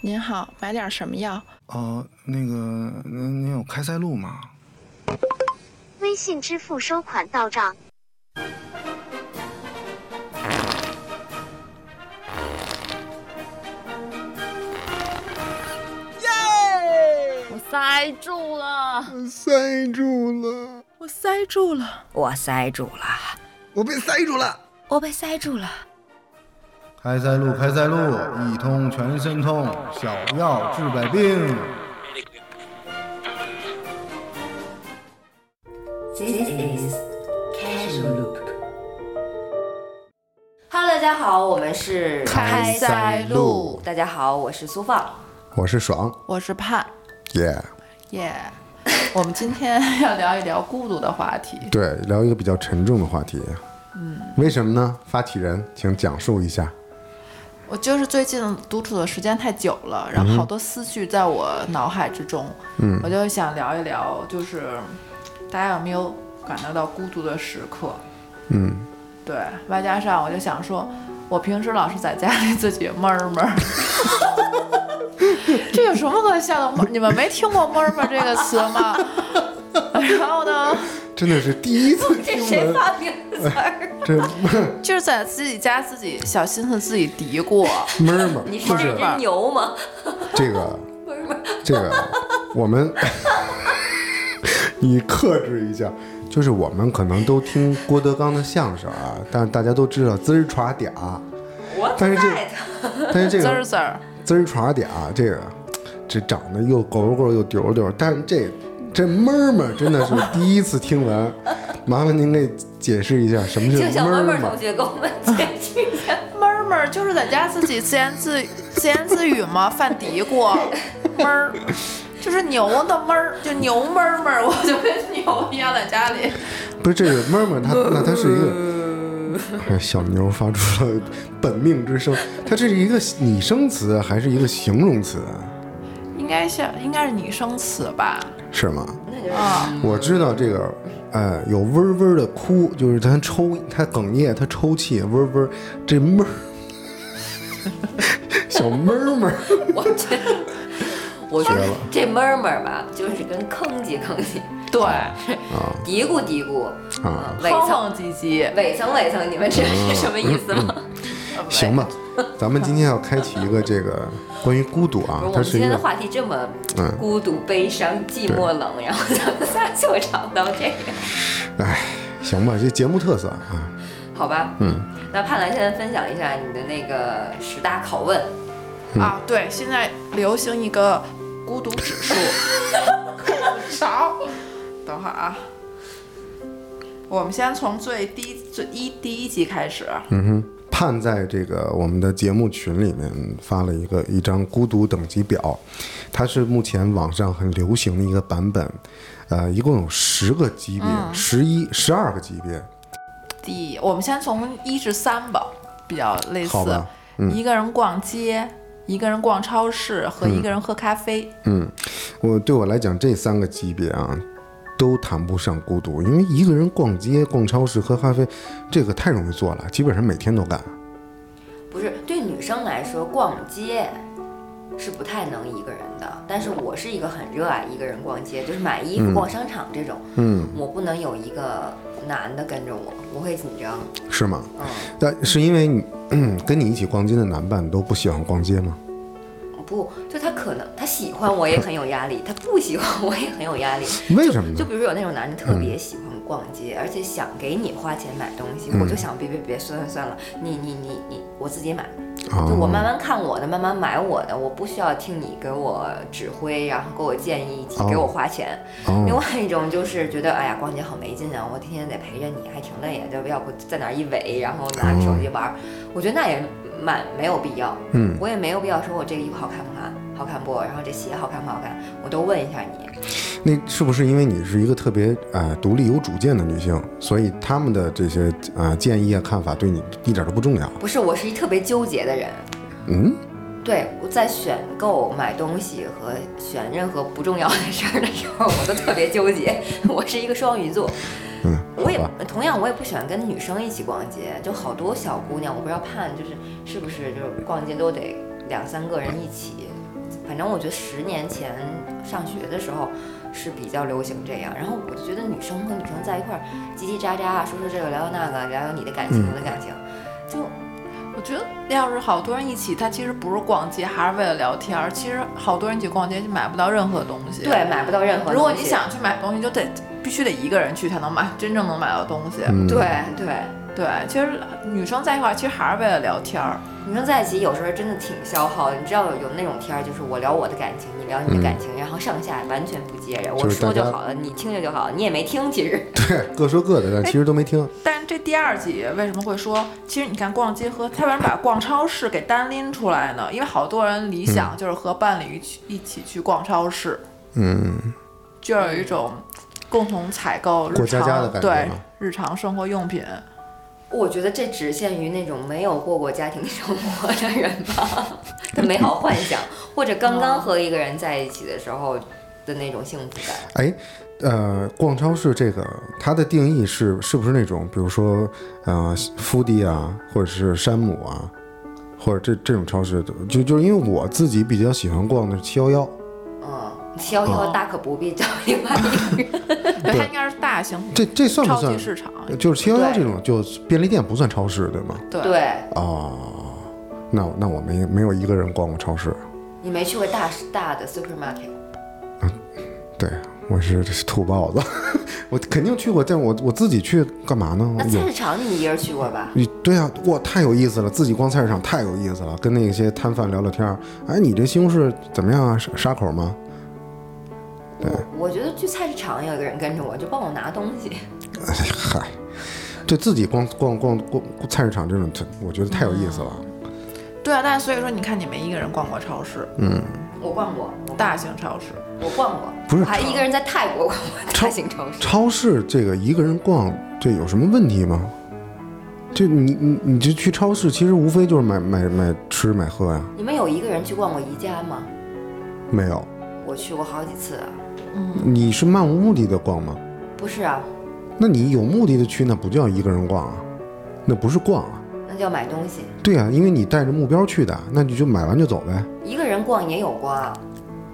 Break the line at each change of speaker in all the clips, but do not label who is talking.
您好，买点什么药？
哦，那个，您您有开塞露吗？
微信支付收款到账。
我塞住了，
塞住了，
我塞住了，
我塞住了，
我被塞住了。
我被塞住了。
开塞露，开塞露，一通全身痛，小药治百病。
This is Casual Loop.
Hello，大家好，我们是
开塞露。
大家好，我是苏放。
我是爽，
我是盼
耶、
耶。我们今天 要聊一聊孤独的话题。
对，聊一个比较沉重的话题。嗯，为什么呢？发起人，请讲述一下。
我就是最近独处的时间太久了，然后好多思绪在我脑海之中，嗯，我就想聊一聊，就是大家有没有感到到孤独的时刻？
嗯，
对，外加上我就想说，我平时老是在家里自己闷儿闷 儿，这有什么可笑的？闷你们没听过“闷儿闷儿”这个词吗？ 然后呢，
真的是第一次听 闻，
发明的词儿？
这
就是在自己家自己小心思自己嘀咕，
闷儿嘛，
你是
就
这
是
只牛吗？
这个，这个，我们， 你克制一下。就是我们可能都听郭德纲的相声啊，但是大家都知道滋儿耍嗲，
我
但是这
在的
但是这
滋
个
儿滋儿。
滋儿耍嗲，这个这长得又狗狗又丢丢，但是这这闷儿闷儿真 的是第一次听闻，麻烦您给解释一下什么
请
是
小
闷
妹
儿闷
妹
儿
同。学给我们解释一下。
闷儿闷儿就是在家自己自言自自言自语嘛，犯嘀 咕，闷儿，就是牛的闷儿，就牛闷儿闷儿，我就跟牛一样在家里。
不是这个闷儿闷儿，它那它是一个，哎，小牛发出了本命之声，它这是一个拟声词还是一个形容词？啊
应该是应该是拟声词吧？
是吗？
啊、
我知道这个，呃，有嗡儿嗡儿的哭，就是它抽，它哽咽，它抽泣，嗡儿嗡儿，这闷儿， 小闷儿闷 儿。
我觉得，我觉得这妹儿妹儿吧，就是跟吭叽吭叽、
对，
嘀咕嘀咕、呃
啊
尾
哼
层
哼唧唧，
尾层尾层，你们知道是什么意思
嗯
吗？
行吧，咱们今天要开启一个这个关于孤独啊
不是，我
它
们
是
今
一
天的
个
话题这么
嗯
孤独、悲伤、寂寞、冷，然后咱们仨就找到这个，
行吧，这节目特色啊，
好吧？嗯。那盼兰现在分享一下你的那个十大拷问，
嗯
啊，对，现在流行一个孤独指数，少。等会儿啊，我们先从最低最一第一集开始。
嗯哼。盼在这个我们的节目群里面发了一个一张孤独等级表，它是目前网上很流行的一个版本，呃，一共有十个级别，
嗯
十一、十二个级别，
第我们先从一至三吧，比较类
好
似
吧。嗯
一个人逛街，一个人逛超市和一个人喝咖啡。
嗯，我对我来讲，这三个级别啊，都谈不上孤独，因为一个人逛街、逛超市、喝咖啡，这个太容易做了，基本上每天都干。
不是对女生来说逛街。是不太能一个人的，但是我是一个很热爱一个人逛街，就是买衣服、逛商场这种，
嗯，
我不能有一个男的跟着我，我会紧张。
是吗？
嗯，
但是因为你嗯跟你一起逛街的男伴都不喜欢逛街吗？
不，就他可能他喜欢我也很有压力，他不喜欢我也很有压力。
为什么
就
呢？
比如说有那种男人特别喜欢逛街，而且想给你花钱买东西，我就想别别别，算了算了，你你你你，我自己买，
啊哦
就我慢慢看我的，慢慢买我的，我不需要听你给我指挥，然后给我建议以及给我花钱。另
哦，
外一种就是觉得，哎呀，逛街好没劲啊！我天天得陪着你，还挺累啊，就要不在哪儿一围，然后拿着手机玩儿，我觉得那也蛮没有必要。
嗯，
我也没有必要说我这个衣服好看不好看，好看不？然后这鞋好看不好看，我都问一下你。
那是不是因为你是一个特别呃独立有主见的女性，所以他们的这些呃建议啊看法对你一点都不重要？
不是，我是一特别纠结的人。
嗯，
对，我在选购买东西和选任何不重要的事儿的时候，我都特别纠结。 我是一个双鱼座，
嗯，
我也
好吧
同样，我也不喜欢跟女生一起逛街，就好多小姑娘，我不知道盼就是是不是就是逛街都得两三个人一起，反正我觉得十年前上学的时候是比较流行这样，然后我就觉得女生和女生在一块儿叽叽喳喳啊，说说这个聊聊那个，聊聊你的感情我的感情，就
我觉得要是好多人一起，他其实不是逛街，还是为了聊天儿。其实好多人一起逛街就买不到任何东西。
对，买不到任何东西。
如果你想去买东西，就得必须得一个人去才能买，真正能买到东西。
嗯，
对对，
对，其实女生在一块儿其实还是为了聊天儿。
女生在一起有时候真的挺消耗的，你知道有那种天儿，就是我聊我的感情，你聊你的感情，然后上下完全不接着，我
嗯就是大
说就
家
好了，你听着就好了，你也没听，其实
对，各说各的，
哎
但其实都没听。
但是这第二集为什么会说，其实你看逛街和他为什么把逛超市给单拎出来呢？因为好多人理想就是和伴侣一起一起去逛超市，
嗯，
就有一种共同采购日常
过家家的感觉
对
嘛
日常生活用品。
我觉得这只限于那种没有过过家庭生活的人吧 的美好幻想，或者刚
哦
刚和一个人在一起的时候的那种幸福感。
哎，呃，逛超市这个它的定义是是不是那种，比如说呃，福迪啊，或者是山姆啊，或者这这种超市，就就是因为我自己比较喜欢逛的是七幺幺，
嗯，逍
哦
遥大可不必找另外一个人。
对，它应该是大型
这这算不
超
算
级？市场。
就是七幺幺
对
这种，就便利店不算超 市，对吗？
对，
对
哦，那那我没没有一个人逛过超市，
你没去过大大的 supermarket，
哦对我是这是土包子， 我肯定去过，但我我自己去干嘛呢
那？
有
菜市场你一个人去过吧？
你对啊，哇，太有意思了！自己逛菜市场太有意思了，跟那些摊贩聊聊天儿。哎，你这西红柿怎么样啊？沙沙口吗？
我我觉得去菜市场有一个人跟着我，就帮我拿东西。
哎嗨，对自己逛逛逛逛菜市场这种，我觉得太有意思了。
对啊，但是所以说，你看你们一个人逛过超市，
嗯
我逛过，我逛
大型超市，
我逛过，
不是
我还一个人在泰国逛过
超
大型超市。
超市这个一个人逛，这有什么问题吗？这你你你就去超市，其实无非就是买买买吃买喝呀、
你们有一个人去逛过宜家吗？
没有，
我去过好几次啊。
你是漫无目的的逛吗？
不是啊，
那你有目的的去，那不叫一个人逛啊，那不是逛啊。
那叫买东西。
对啊，因为你带着目标去的，那你就买完就走呗。
一个人逛也有过啊，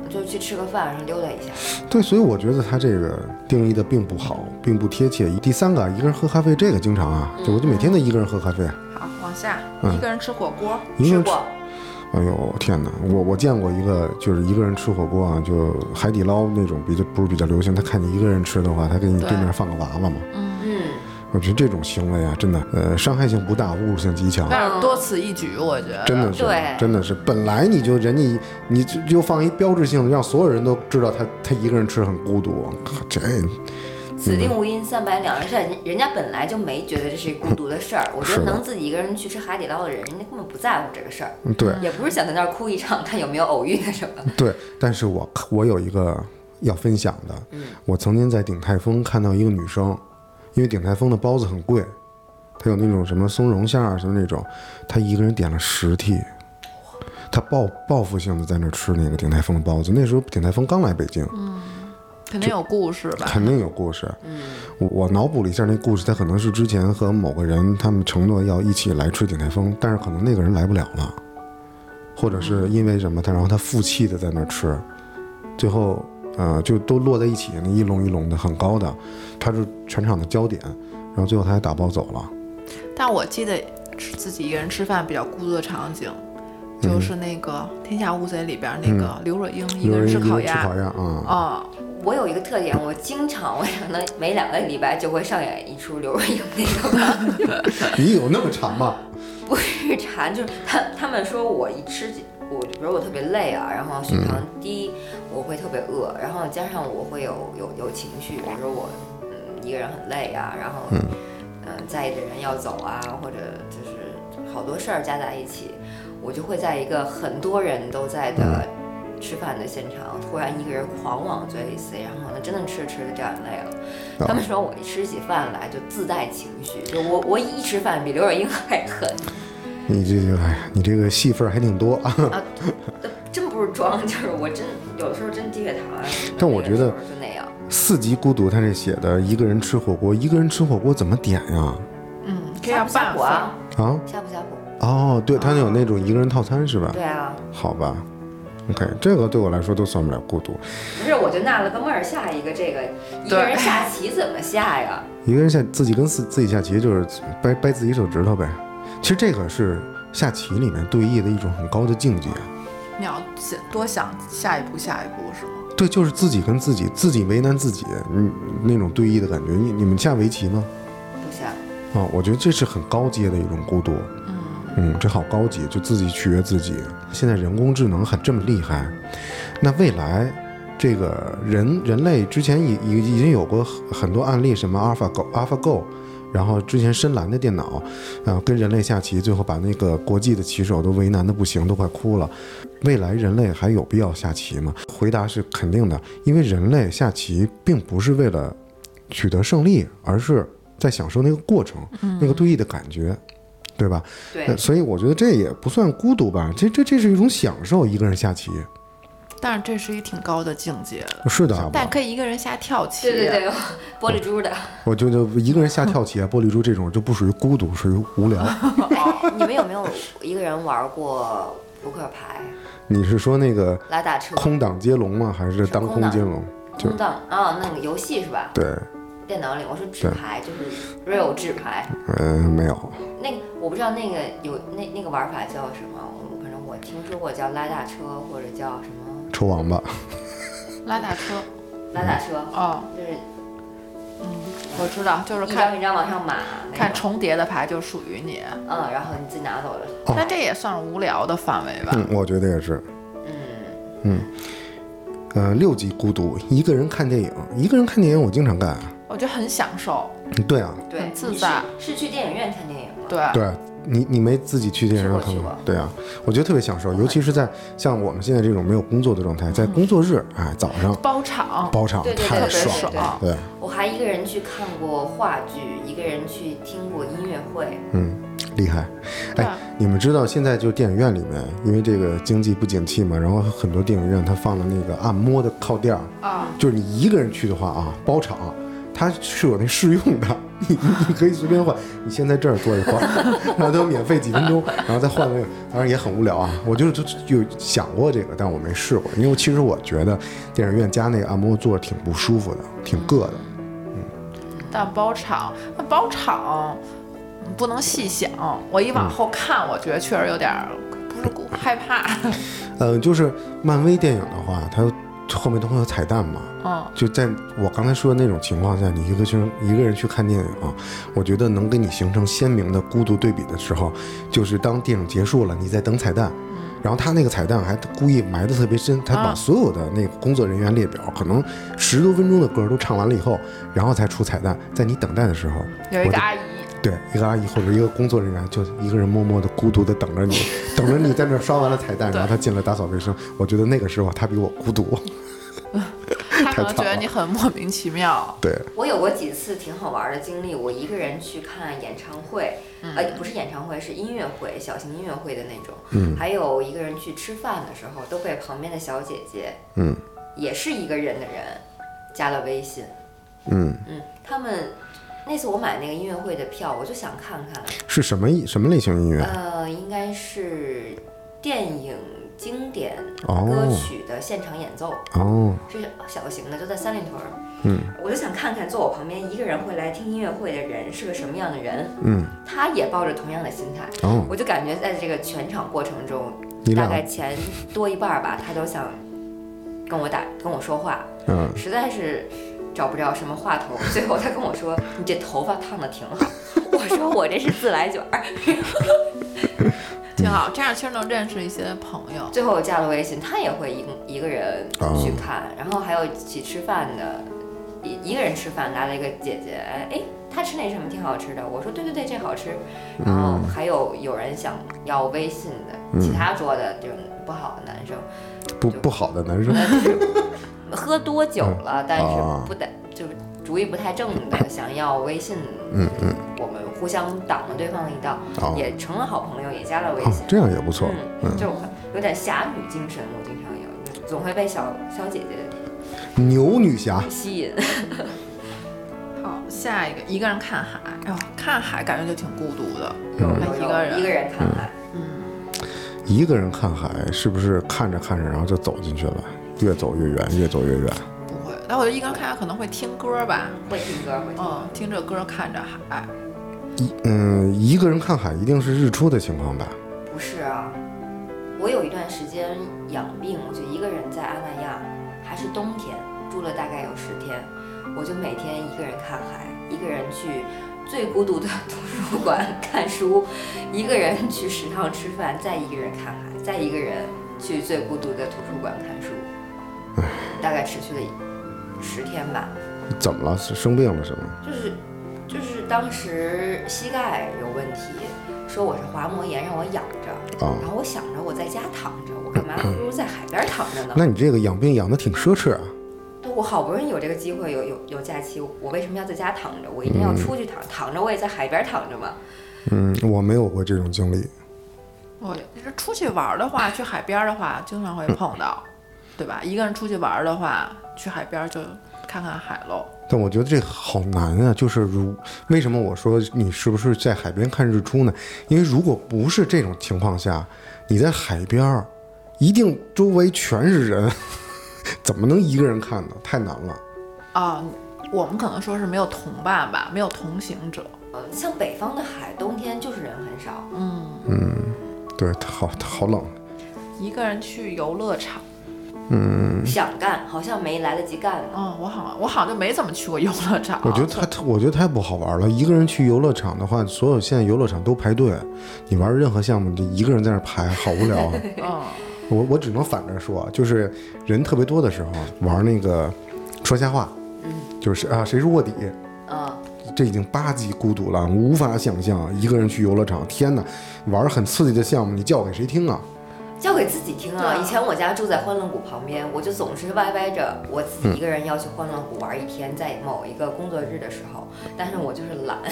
就是去吃个饭，然后溜达一下。
对，所以我觉得他这个定义的并不好，并不贴切。第三个，一个人喝咖啡，这个经常啊，就我就每天都一个人喝咖啡。啊
好，啊往下，
嗯
一个人吃火锅，
一个
吃
人吃
过，
哎呦天哪，我我见过一个就是一个人吃火锅啊，就海底捞那种比较不是比较流行，他看你一个人吃的话，他给你
对
对面放个娃娃嘛。
嗯，
我觉得这种行为啊，真的呃伤害性不大，侮辱性极强
有。点多此一举，我觉得。
真的是
对，
真的是，本来你就人家你就就放一标志性的，让所有人都知道他他一个人吃很孤独，靠这
此地无银三百两，而且人家本来就没觉得这是一孤独的事儿。我觉得
是的
能自己一个人去吃海底捞的人，人家根本不在乎这个事儿，
对
也不是想在那儿哭一场，看有没有偶遇那什么。
对。但是我我有一个要分享的，我曾经在鼎泰丰看到一个女生，因为鼎泰丰的包子很贵，它有那种什么松茸馅儿什么那种，她一个人点了十屉。她报报复性的在那儿吃那个鼎泰丰的包子，那时候鼎泰丰刚来北京，
肯定有故事吧？
肯定有故事。我我脑补了一下那故事，他可能是之前和某个人他们承诺要一起来吃鼎泰丰，但是可能那个人来不了了，或者是因为什么，他然后他负气的在那儿吃，最后呃就都落在一起，那一笼一笼的很高的，他是全场的焦点，然后最后他还打包走了。
但我记得吃自己一个人吃饭比较孤独的场景，
嗯
就是那个《天下无贼》里边那个刘若英一
有
个
人
人吃
一个
烤
人吃烤
鸭。
鸭啊，
啊，
我有一个特点，我经常我可能每两个礼拜就会上演一出刘若英那个吧。
你有那么长吗？
不是馋，就是他他们说我一吃起，我比如我特别累啊，然后血糖低，我会特别饿，然后加上我会有有有情绪，比如说我嗯一个人很累啊，然后嗯、在意的人要走啊，或者就是好多事儿加在一起，我就会在一个很多人都在的吃饭的现场，突然一个人狂往嘴里塞，然后呢真的吃着吃着就眼累了。他们说我一吃起饭来就自带情绪，就我我一吃饭比刘若英还狠。
你这个哎，你这个戏份儿还挺多 啊。
啊，呃真不是装， 就是我真有的时候真低血糖啊什么的。
但我
有的
觉得
时候就那样，
四级孤独，他这写的一个人吃火锅，一个人吃火锅怎么点呀？
嗯，这
吓
要
不吓
办
唬
法。
啊？
啊，
吓不吓唬？
哦，对，他有那种一个人套餐是吧？
对啊，
好吧， OK，这个对我来说都算不了孤独。
不是，我就纳了个闷儿，下一个这个一个
对
人下棋怎么下呀？
一个人下自己跟自自己下棋，就是掰掰自己手指头呗。其实这个是下棋里面对弈的一种很高的境界。
你要想多想下一步，下一步是吗？
对，就是自己跟自己，自己为难自己，嗯，那种对弈的感觉。你你们下围棋吗？
不下，
啊、我觉得这是很高阶的一种孤独。嗯，这好高级，就自己取悦自己。现在人工智能还这么厉害，那未来这个人人类之前已已已经有过很很多案例，什么 AlphaGo、AlphaGo，然后之前深蓝的电脑，呃，跟人类下棋，最后把那个国际的棋手都为难的不行，都快哭了。未来人类还有必要下棋吗？回答是肯定的，因为人类下棋并不是为了取得胜利，而是在享受那个过程，那个对弈的感觉，对吧？
对
呃，所以我觉得这也不算孤独吧，这这这是一种享受，一个人下棋。
但是这是一挺高的境界的，
呃是的，
但可以一个人瞎跳棋。
对对对， 玻璃珠的。
我就就一个人下跳棋啊，玻璃珠这种就不属于孤独，属于无聊。
哦你们有没有一个人玩过扑克牌、
你是说那个
拉大车、
空档接龙吗？还是当空接龙？就
空荡啊、那个游戏是吧？
对，
电脑里我说纸牌就是 real 纸牌，
嗯、没有，
那个我不知道那个有那那个玩法叫什么，我反正我听说过叫拉大车或者叫什么
抽王八。
拉大车，
拉大车，
哦，
就是
我知道，就是
一
看
张一张往上码，
看，重叠的牌就属于你，
嗯，然后你自己拿走了，
哦
但这也算无聊的范围吧？
嗯，我觉得也是。
嗯，
呃，六级孤独，一个人看电影，一个人看电影我经常干。啊
我觉得很享受，
对啊，
对，
很自
你是
在
是去电影院看电影吗？
对，
对啊，你你没自己去电影院
是我
看
去
吗
过？
对啊，我觉得特别享受，尤其是在像我们现在这种没有工作的状态，在工作日，哎，早上
包场，
包场
对对对
太
特别
爽
爽啊
了。对，
我还一个人去看过话剧，一个人去听过音乐会，
嗯，厉害。
对
哎，你们知道现在就是电影院里面，因为这个经济不景气嘛，然后很多电影院它放了那个按摩的靠垫儿，
啊，
就是你一个人去的话啊，包场。它是有那试用的，你你你可以随便换，你先在这儿坐一会 儿，然后都免费几分钟，然后再换那个，当然也很无聊啊。我就是就就有想过这个，但我没试过，因为其实我觉得电影院加那个按摩座挺不舒服的，挺硌的。
但包场，那包场嗯不能细想。我一往后看，我觉得确实有点儿不是故 害怕。
呃，就是漫威电影的话，它后面都会有彩蛋嘛。
嗯，
就在我刚才说的那种情况下，你一个去一个人去看电影啊，我觉得能跟你形成鲜明的孤独对比的时候，就是当电影结束了，你在等彩蛋，然后他那个彩蛋还故意埋得特别深，他把
啊
所有的那个工作人员列表，可能十多分钟的歌都唱完了以后，然后才出彩蛋，在你等待的时候，
有一
我
个
就
阿姨，
对，一个阿姨或者一个工作人员，就一个人默默的、孤独的等着你， 等着你在那儿刷完了彩蛋，然后他进来打扫卫生。我觉得那个时候他比我孤独。
她
太
可能觉
惨
得
了
你很莫名其妙。
对，
我有过几次挺好玩的经历，我一个人去看演唱会，
嗯
呃，不是演唱会，是音乐会，小型音乐会的那种。嗯，还有一个人去吃饭的时候，都被旁边的小姐姐，
嗯，
也是一个人的人，加了微信。
嗯，
嗯，他们那次我买那个音乐会的票，我就想看看，
是什么什么类型音乐？
呃，应该是电影经典歌
哦
曲的现场演奏。
哦，
是小型的，就在三里屯儿。
嗯，
我就想看看坐我旁边一个人会来听音乐会的人是个什么样的人，
嗯
他也抱着同样的心态。
哦，
我就感觉在这个全场过程中，
你
大
俩
概前多一半儿吧，他都想跟我打跟我说话，
嗯
实在是找不着什么话头。最后他跟我说：“你这头发烫的挺好。”我说：“我这是自来卷儿。
嗯
挺好，这样确实能认识一些朋友”。
最后加了微信，他也会一一个人去看，
哦
然后还有一起吃饭的，一一个人吃饭来了一个姐姐，哎，哎她吃那什么挺好吃的，我说对对对，这好吃。
嗯
然后还有有人想要微信的，其他桌的这种不好的 男生，
不不好的 男生，
呃就是喝多酒了，但
啊
是不得就是主意不太正的，想要微信，
嗯嗯，
我们互相挡了对方一道，
哦
也成了好朋友，也加了微
哦
信，。
这样也不错。
嗯，就有点侠女精神，我经常有，就总会被小小姐姐嗯
牛女侠，
吸引。
好，下一个，一个人看海。
嗯
哎呦，看海感觉就挺孤独的。
有
哦一
有
个
有
人
一个人看海，
一个人看海是不是看着看着然后就走进去了，越走越远，越走越远？
不会。但我觉得一个人看海可能会听歌吧，
会听歌，会听歌。
嗯，听着歌看着海，
嗯，一个人看海一定是日出的情况吧？
不是啊，我有一段时间养病，我就一个人在阿那亚，还是冬天，住了大概有十天，我就每天一个人看海，一个人去最孤独的图书馆看书，一个人去食堂吃饭，再一个人看海，再一个人去最孤独的图书馆看书，大概持续了十天吧。
怎么了？是生病了是吗？
就是就是当时膝盖有问题，说我是滑膜炎，让我养着。
啊、
然后我想着我在家躺着，我干嘛不如在海边躺着呢？
那你这个养病养的挺奢侈啊。
对我好不容易有这个机会，有有有假期，我为什么要在家躺着？我一定要出去躺，躺着我也在海边躺着嘛。
嗯，我没有过这种经历。
我出去玩儿的话，去海边儿的话，经常会碰到，对吧？一个人出去玩儿的话，去海边儿就看看海喽。
但我觉得这好难啊！就是如为什么我说你是不是在海边看日出呢？因为如果不是这种情况下，你在海边儿，一定周围全是人， 怎么能一个人看呢？太难了。
啊，我们可能说是没有同伴吧，没有同行者。
呃，像北方的海，冬天就是人很少。
对，好好冷。
一个人去游乐场，
想干好像没来得及干呢。
嗯，我好像我好像就没怎么去过游乐场。
我觉得太，我觉得太不好玩了。一个人去游乐场的话，所有现在游乐场都排队，你玩任何项目，你一个人在那儿排，好无聊啊。
嗯，
我我只能反着说，啊就是人特别多的时候玩那个说瞎话，就是啊谁是卧底，
嗯，
这已经八级孤独了，无法想象一个人去游乐场。天哪，玩很刺激的项目，你叫给谁听啊？
交给自己听啊。以前我家住在欢乐谷旁边，我就总是歪歪着我自己一个人要去欢乐谷玩一天，在某一个工作日的时候，但是我就是懒，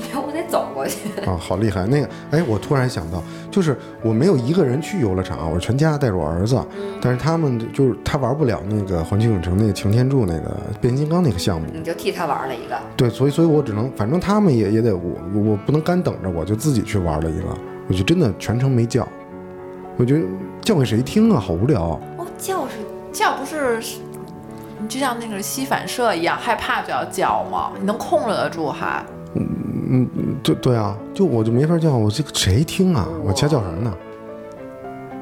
因为我得走过去。
啊，好厉害！那个，哎，我突然想到，就是我没有一个人去游乐场，我全家带着我儿子，但是他们就是他玩不了那个环球影城那个擎天柱那个变形金刚那个项目，
你就替他玩了一个，
对，所以所以我只能，反正他们也也得我我不能干等着，我就自己去玩了一个，我就真的全程没叫，我觉得叫给谁听啊，好无聊。
哦，叫是
这样不是，你就像那个吸反射一样，害怕就要叫嘛，你能控制得住还？
对对啊，就我就没法叫，我这个谁听啊？我瞎叫什么呢？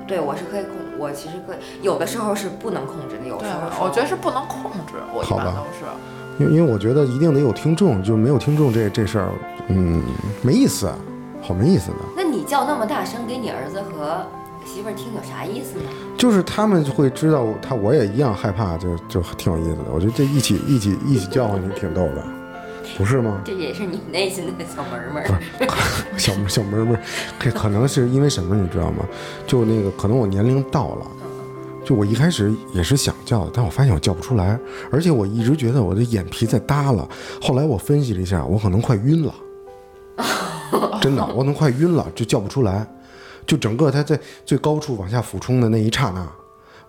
对我是可以控，我其实可以，有的时候是不能控制的，有
对
时候
吧
是，
我觉得是不能控制，我一
好
般
吧
都是。
因为因为我觉得一定得有听众，就是没有听众这这事儿，嗯，没意思，啊，好没意思呢。
那你叫那么大声给你儿子和媳妇儿听有啥意思呢？
就是他们就会知道我他我也一样害怕，就就挺有意思的。我觉得这一起一起一起叫唤你挺逗的，不是吗？
这也是你内心的小门门
不。 是小小妹儿妹儿，可可能是因为什么你知道吗？就那个可能我年龄到了，就我一开始也是想叫的，但我发现我叫不出来，而且我一直觉得我的眼皮在耷拉。后来我分析了一下，我可能快 晕了，真的，我可能快晕了，就叫不出来，就整个它在最高处往下俯冲的那一刹那，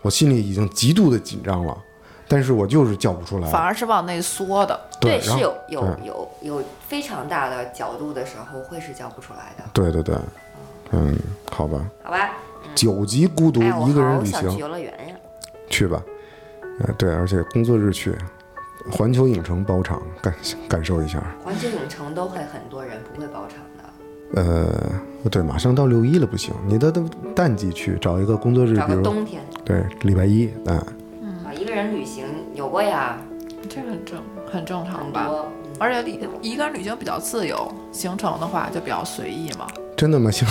我心里已经极度的紧张了，但是我就是叫不出来。
反而是往内缩的。
对，然
是
后嗯
有有
对
有有非常大的角度的时候会是叫不出来的，
对对对，嗯，好吧。
好吧？
九级孤独
哎呀，我
一个人
好
旅
想去
行，
游乐园呀！
去吧。呃，对，而且工作日去，环球影城包场，感感受一下。
环球影城都会很多人，不会包场的，
呃，对，马上到六一了，不行，你的淡季去，找一个工作日，
找
比
个
如
冬天
对礼拜一，嗯、
啊，一个人旅行有过呀，
这很正很正常
很
吧？
多。嗯
而且旅一个人旅行比较自由，行程的话就比较随意嘛。
真的吗？像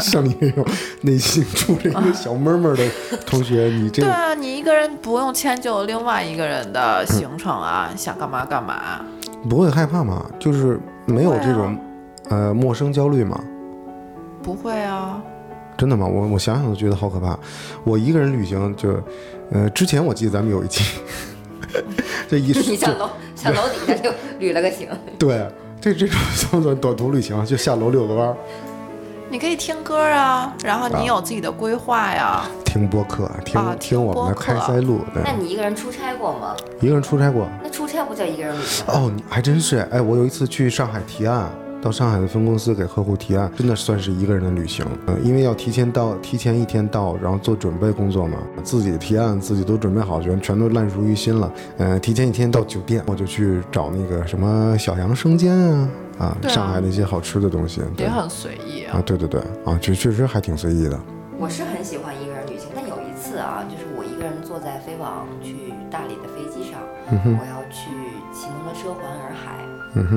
像你这种内心住着一个小妹妹的同学，你这
对啊，你一个人不用迁就另外一个人的行程啊，你想干嘛干嘛。
不会害怕吗？就是没有
不会啊
这种、呃陌生焦虑吗？
不会啊，
真的吗？我我想想都觉得好可怕。我一个人旅行就，呃，之前我记得咱们有一期， 这一
你
就
上楼上楼底下就旅了个行，
对，这这种算不算短途旅行？就下楼遛个弯儿，
你可以听歌啊，然后
啊
你有自己的规划呀。
听播客，听、
啊听
听我们的
播客
开塞露。对
那，你一个人出差过吗？
一个人出差过。
那出差不叫一个人旅行吗？
哦，你还真是哎！我有一次去上海提案，到上海的分公司给客户提案，真的算是一个人的旅行。呃，因为要提前到，提前一天到，然后做准备工作嘛，自己提案自己都准备好，全全都烂熟于心了。呃，提前一天到酒店，我就去找那个什么小杨生煎啊啊，
对啊
上海的一些好吃的东西。对
也很随意啊。
啊，对对对啊，确确实还挺随意的。
我是很喜欢一个人旅行，但有一次啊，就是我一个人坐在飞往去大理的飞机上，我要去骑摩托车环洱海，
嗯哼，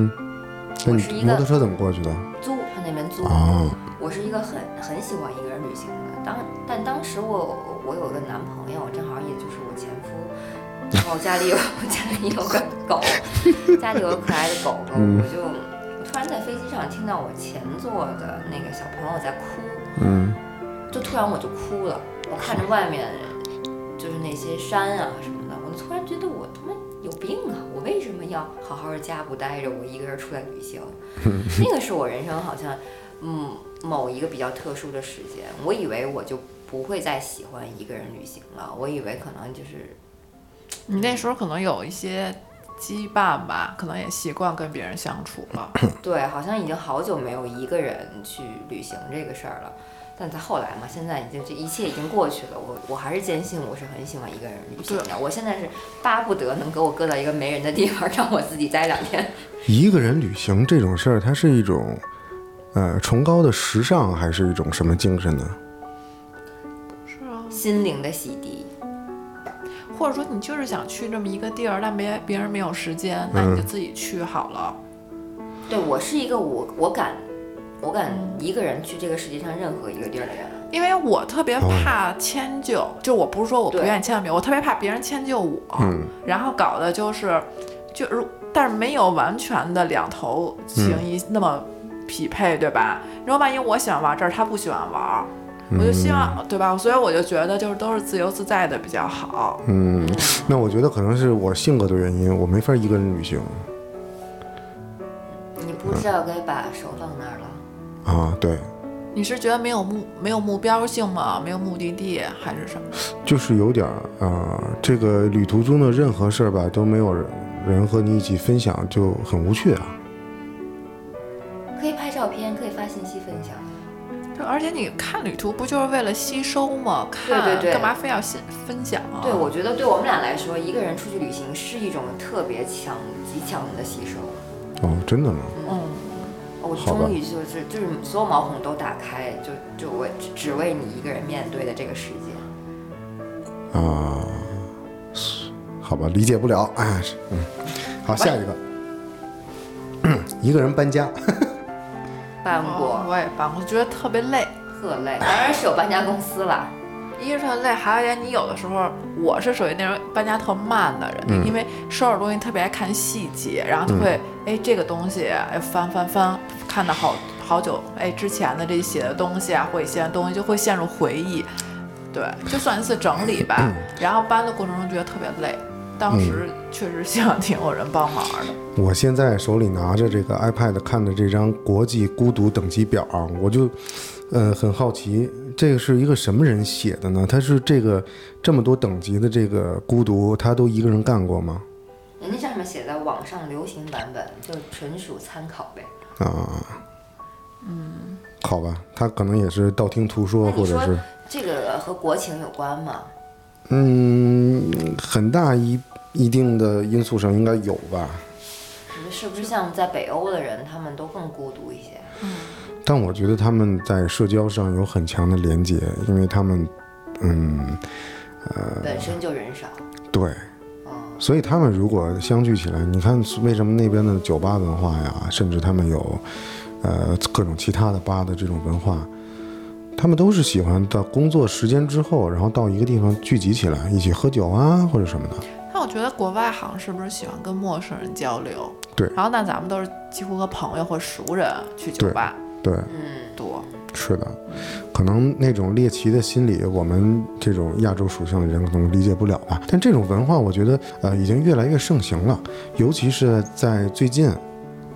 那
我是
你
一个
摩托车怎么过去的？
租上那边租。
哦，
我是一个很很喜欢一个人旅行的，当但当时我我有一个男朋友，正好也就是我前夫，然后家里有 我家里有个 狗，家里有个可爱的狗狗，
嗯
我就我突然在飞机上听到我前座的那个小朋友在哭，
嗯，
就突然我就哭了，我看着外面就是那些山啊什么的，我突然觉得我他妈有病啊！我为什么要好好的家不待着，我一个人出来旅行？那个是我人生好像嗯某一个比较特殊的时间，我以为我就不会再喜欢一个人旅行了，我以为可能就是
你那时候可能有一些羁绊吧，可能也习惯跟别人相处了。
对，好像已经好久没有一个人去旅行这个事儿了。但他后来嘛，现在已经这一切已经过去了。我我还是坚信我是很喜欢一个人旅行的。我现在是巴不得能给我搁到一个没人的地方，让我自己待两天。
一个人旅行这种事儿，它是一种，呃，崇高的时尚，还是一种什么精神呢？
是啊，
心灵的洗涤，
或者说你就是想去这么一个地儿，但别别人没有时间，那你就自己去好了。
对我是一个我我敢我敢一个人去这个世界上任何一个地儿的人。啊
因为我特别怕迁就，就我不是说我不
对
愿意迁就别人，我特别怕别人迁就我，然后搞的就是，就如但是没有完全的两头情谊那么匹配，对吧？然后万一我喜欢玩这儿，他不喜欢玩儿，我就希望、对吧？所以我就觉得就是都是自由自在的比较好。
嗯，那我觉得可能是我性格的原因，我没法一个人旅行
你不知道该把手放哪儿了。
啊。对，
你是觉得没有目没有目标性吗？没有目的地还是什么？
就是有点儿呃，这个旅途中的任何事儿吧，都没有人人和你一起分享，就很无趣啊。
可以拍照片，可以发信息分享。
啊
对，而且你看旅途不就是为了吸收吗？看
对对对
干嘛非要信分享啊？
对，我觉得对我们俩来说，一个人出去旅行是一种特别强、极强的吸收。哦
哦，真的吗？
嗯。
我
好吧
终于就是就是所有毛孔都打开，就就我只只为你一个人面对的这个世界。
啊，好吧，理解不了。哎，是嗯，好，下一个， 一个人搬家。
搬
哦
过，
我也搬过，觉得特别累。
特累，当然是有搬家公司了。
一是特累，还有一点，你有的时候我是属于那种搬家特慢的人，因为收拾东西特别爱看细节，然后就会哎、这个东西哎翻翻翻，看到好好久哎之前的这写的东西啊，或以前的东西就会陷入回忆，对，就算一次整理吧。然后搬的过程中觉得特别累，当时确实希望挺有人帮忙的。
我现在手里拿着这个 iPad 看的这张国际孤独等级表啊，我就，呃，很好奇，这个是一个什么人写的呢？他是这个这么多等级的这个孤独，他都一个人干过吗？
人家上面写的网上流行版本，就纯属参考呗。
啊，嗯，好吧，他可能也是道听途说，
那
或
你
者
说
是
这个和国情有关吗？
嗯，很大一一定的因素上应该有吧。
你们是不是像在北欧的人，他们都更孤独一些？
但我觉得他们在社交上有很强的连接，因为他们，嗯，
本身就人少。哦
对，所以他们如果相聚起来，你看为什么那边的酒吧文化呀，甚至他们有，呃，各种其他的吧的这种文化，他们都是喜欢到工作时间之后，然后到一个地方聚集起来，一起喝酒啊或者什么的。
但我觉得国外好像是不是喜欢跟陌生人交流？
对
然后那咱们都是几乎和朋友或熟人去酒
对
吧
对，
嗯
多。
是的，可能那种猎奇的心理，我们这种亚洲属性的人可能理解不了吧。但这种文化，我觉得呃已经越来越盛行了，尤其是在最近，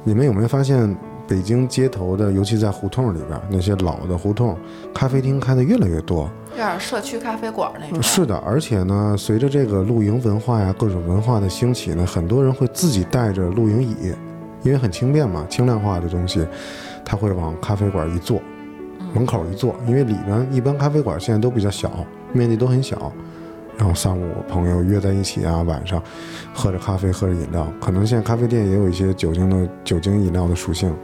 你们有没有发现北京街头的，尤其在胡同里边那些老的胡同咖啡厅开的越来越多？
有点社区咖啡馆那种。
嗯是的，而且呢，随着这个露营文化呀，各种文化的兴起呢，很多人会自己带着露营椅。因为很轻便嘛，轻量化的东西，它会往咖啡馆一坐，
嗯
门口一坐，因为里边一般咖啡馆现在都比较小，面积都很小。然后上午朋友约在一起啊，晚上喝着咖啡，喝着饮料，可能现在咖啡店也有一些酒精的酒精饮料的属性，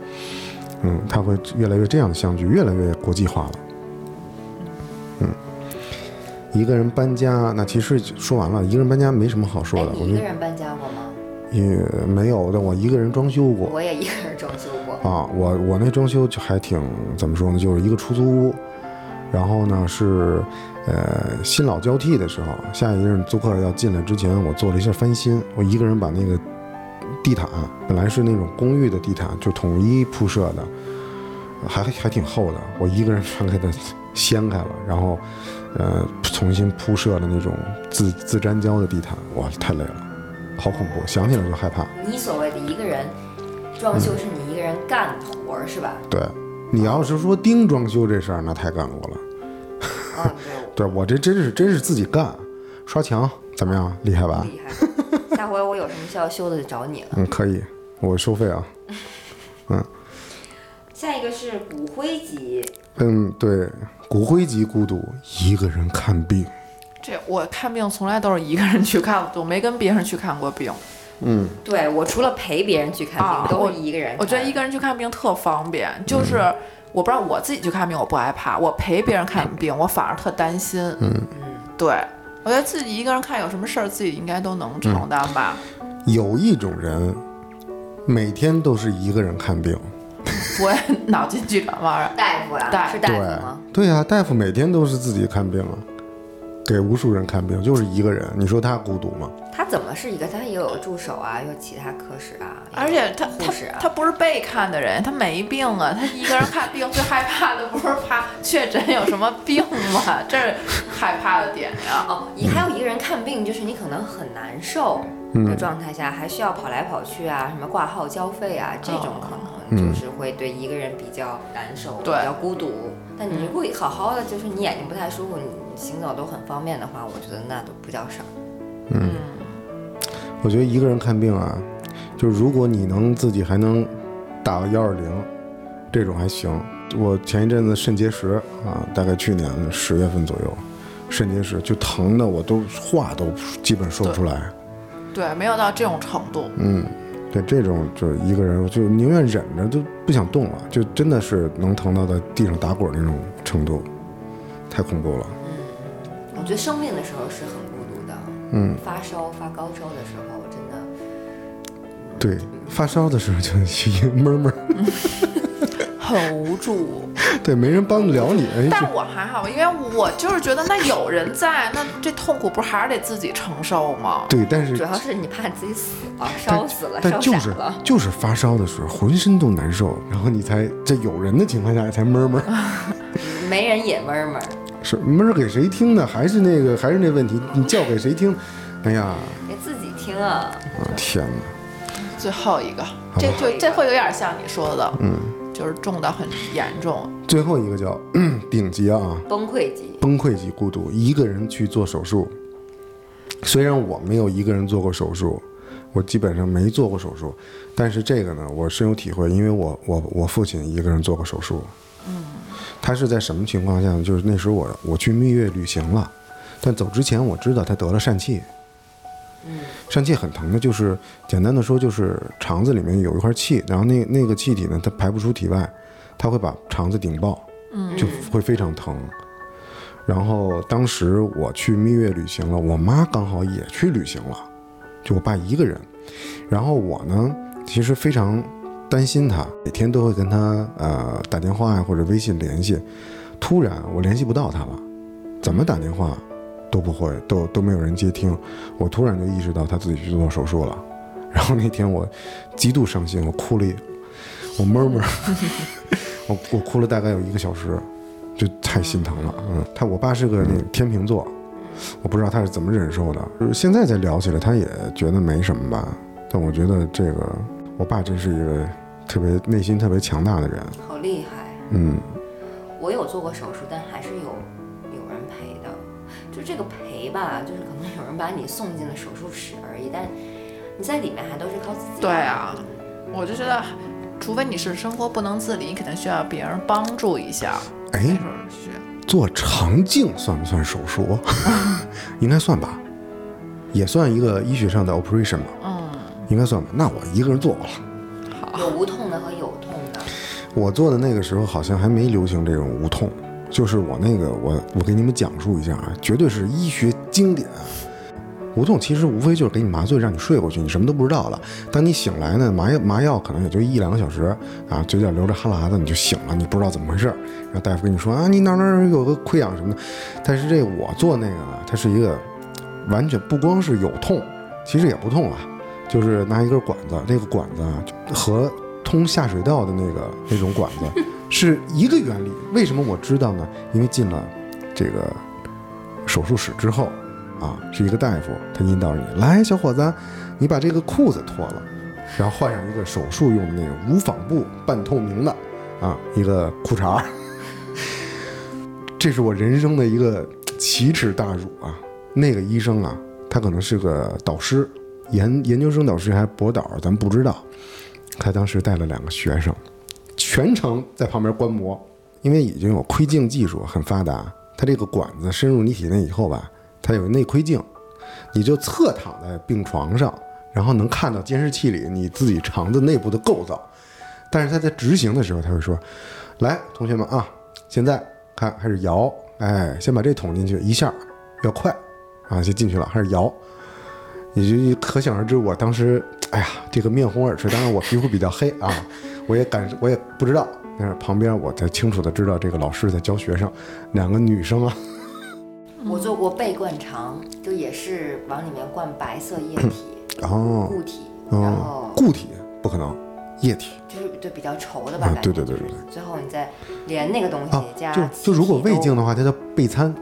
嗯，它会越来越这样的相聚，越来越国际化了。嗯，一个人搬家，那其实说完了，一个人搬家没什么好说
哎
的，，我
你
觉
一个
得
人搬家过吗？
也没有的，我一个人装修过，
我也一个人装修过。
啊，我我那装修就还挺怎么说呢，就是一个出租屋，然后呢是呃新老交替的时候，下一任租客要进来之前，我做了一下翻新，我一个人把那个地毯，本来是那种公寓的地毯，就统一铺设的，还还挺厚的，我一个人全给它掀开了，然后呃重新铺设的那种自自粘胶的地毯，哇，太累了，好恐怖，想起来就害怕。
你所谓的一个人装修是你一个人干活儿是吧？
对，你要是说钉装修这事儿，那太干过了。
啊，对，
对我这真是真是自己干，刷墙怎么样？厉害
我
吧？
厉害。下回我有什么需要修的就找你了。
嗯，可以，我收费啊。
下一个是骨灰级，
嗯，对，骨灰级孤独，一个人看病。
这我看病从来都是一个人去看，我没跟别人去看过病。
对我除了陪别人去看病，
啊
都
我
是一个
哎
人看。
我觉得一个人去看病特方便，就是我不知道我自己去看病我不害怕，我陪别人看病我反而特担心。嗯对，我觉得自己一个人看有什么事儿自己应该都能承担吧。
嗯有一种人，每天都是一个人看病。
不会脑筋急转弯儿。
大夫啊，
大
是大
对
夫吗？，
对呀、大夫每天都是自己看病啊，给无数人看病，就是一个人。你说他孤独吗？
他怎么是一个？他也有助手啊，有其他科室啊，
而且他
护
他
士啊
他不是被看的人，他没病啊。他一个人看病 最害怕的不是怕确诊有什么病吗？ 这是害怕的点呀。
哦，你还有一个人看病，就是你可能很难受
嗯
的状态下，还需要跑来跑去啊，什么挂号交费啊，这种可
嗯
能就是会对一个人比较难受，
对
比较孤独。但你如果好好的，就是你眼睛不太舒服，你你行走都很方便的话，我觉得那都不叫事儿。
嗯我觉得一个人看病啊，就是如果你能自己还能打幺二零，这种还行。我前一阵子肾结石啊，大概去年十月份左右，肾结石就疼的我都话都基本说不出来。
嗯对，没有到这种程度。
嗯，对，这种就是一个人，我就宁愿忍着，就不想动了，就真的是能疼到在地上打滚那种程度，太恐怖了。
我觉得生病的时候是很孤独的，
嗯，
发烧发高烧的时候，真的
对，发烧的时候就 一闷闷儿，
很无助，
对，没人帮得了你。哎
但我还好，因为我就是觉得那有人在，那这痛苦不是还是得自己承受吗？
对，但是
主要是你怕你自己死了，
但
烧死了，
但
烧
就
傻
是
了。
就是发烧的时候，浑身都难受，然后你才这有人的情况下你才闷儿闷儿，
没人也闷闷儿，
是闷儿给谁听呢？还是那个还是那问题，你叫给谁听？哎呀，
给自己听啊。
啊天哪！
最后一个，这就这会有点像你说的，嗯，就是重的很严重，
最后一个叫 顶级啊，
崩溃级，
崩溃级孤独，一个人去做手术。虽然我没有一个人做过手术，我基本上没做过手术，但是这个呢，我深有体会，因为我我我父亲一个人做过手术。嗯，他是在什么情况下呢？就是那时候我我去蜜月旅行了，但走之前我知道他得了疝气。疝气很疼的，就是简单的说，就是肠子里面有一块气，然后那那个气体呢，它排不出体外，它会把肠子顶爆，就会非常疼。然后当时我去蜜月旅行了，我妈刚好也去旅行了，就我爸一个人。然后我呢，其实非常担心她，每天都会跟她呃打电话呀或者微信联系。突然我联系不到她了，怎么打电话都不会，都都没有人接听。我突然就意识到她自己去做手术了。然后那天我极度伤心，我哭了一，我闷闷，我我哭了大概有一个小时。就太心疼了。嗯，他我爸是个那个天秤座，我不知道他是怎么忍受的。就是现在再聊起来，他也觉得没什么吧。但我觉得这个，我爸真是一个特别内心特别强大的人。
好厉害。
嗯，
我有做过手术，但还是有有人陪的。就这个陪吧，就是可能有人把你送进了手术室而已，但你在里面还都是靠自己。
对啊，我就觉得，除非你是生活不能自理，你肯定需要别人帮助一下。
哎
那时候是需要
做肠镜算不算手术？ 应该算吧，也算一个医学上的 operation 吧。嗯，应该算吧。那我一个人做过了。
啊有无痛的和有痛的，
我做的那个时候好像还没流行这种无痛，就是我那个我我给你们讲述一下啊，绝对是医学经典。啊无痛其实无非就是给你麻醉，让你睡过去，你什么都不知道了。当你醒来呢，麻药麻药可能也就一两个小时啊，嘴角流着哈喇子你就醒了，你不知道怎么回事儿。然后大夫跟你说啊，你哪儿哪儿有个溃疡什么的。但是这我做那个呢，它是一个完全不光是有痛，其实也不痛啊，就是拿一根管子，那个管子啊就和通下水道的那个那种管子是一个原理。为什么我知道呢？因为进了这个手术室之后啊，是一个大夫，他引导着你来，小伙子，你把这个裤子脱了，然后换上一个手术用的那种无纺布半透明的啊一个裤衩儿。这是我人生的一个奇耻大辱啊！那个医生啊，他可能是个导师，研研究生导师还是博导，咱不知道。他当时带了两个学生，全程在旁边观摩，因为已经有窥镜技术很发达，他这个管子深入你体内以后吧，它有内窥镜，你就侧躺在病床上，然后能看到监视器里你自己肠子内部的构造。但是他在执行的时候，他会说：“来，同学们啊，现在看开始摇，哎，先把这捅进去一下，要快啊，就进去了，开始摇。”你就可想而知，我当时，哎呀，这个面红耳赤。当然，我皮肤比较黑啊，我也感，我也不知道。但是旁边我才清楚的知道，这个老师在教学生，两个女生啊，
我做过被灌肠，就也是往里面灌白色液体、
哦，
固体，然
哦
后，
固体不可能，液体
就是对比较稠的吧，
啊，
感
对
觉
对对对对，
最后你再连那个东
啊
西加，
就就如果胃镜的话，它叫备餐，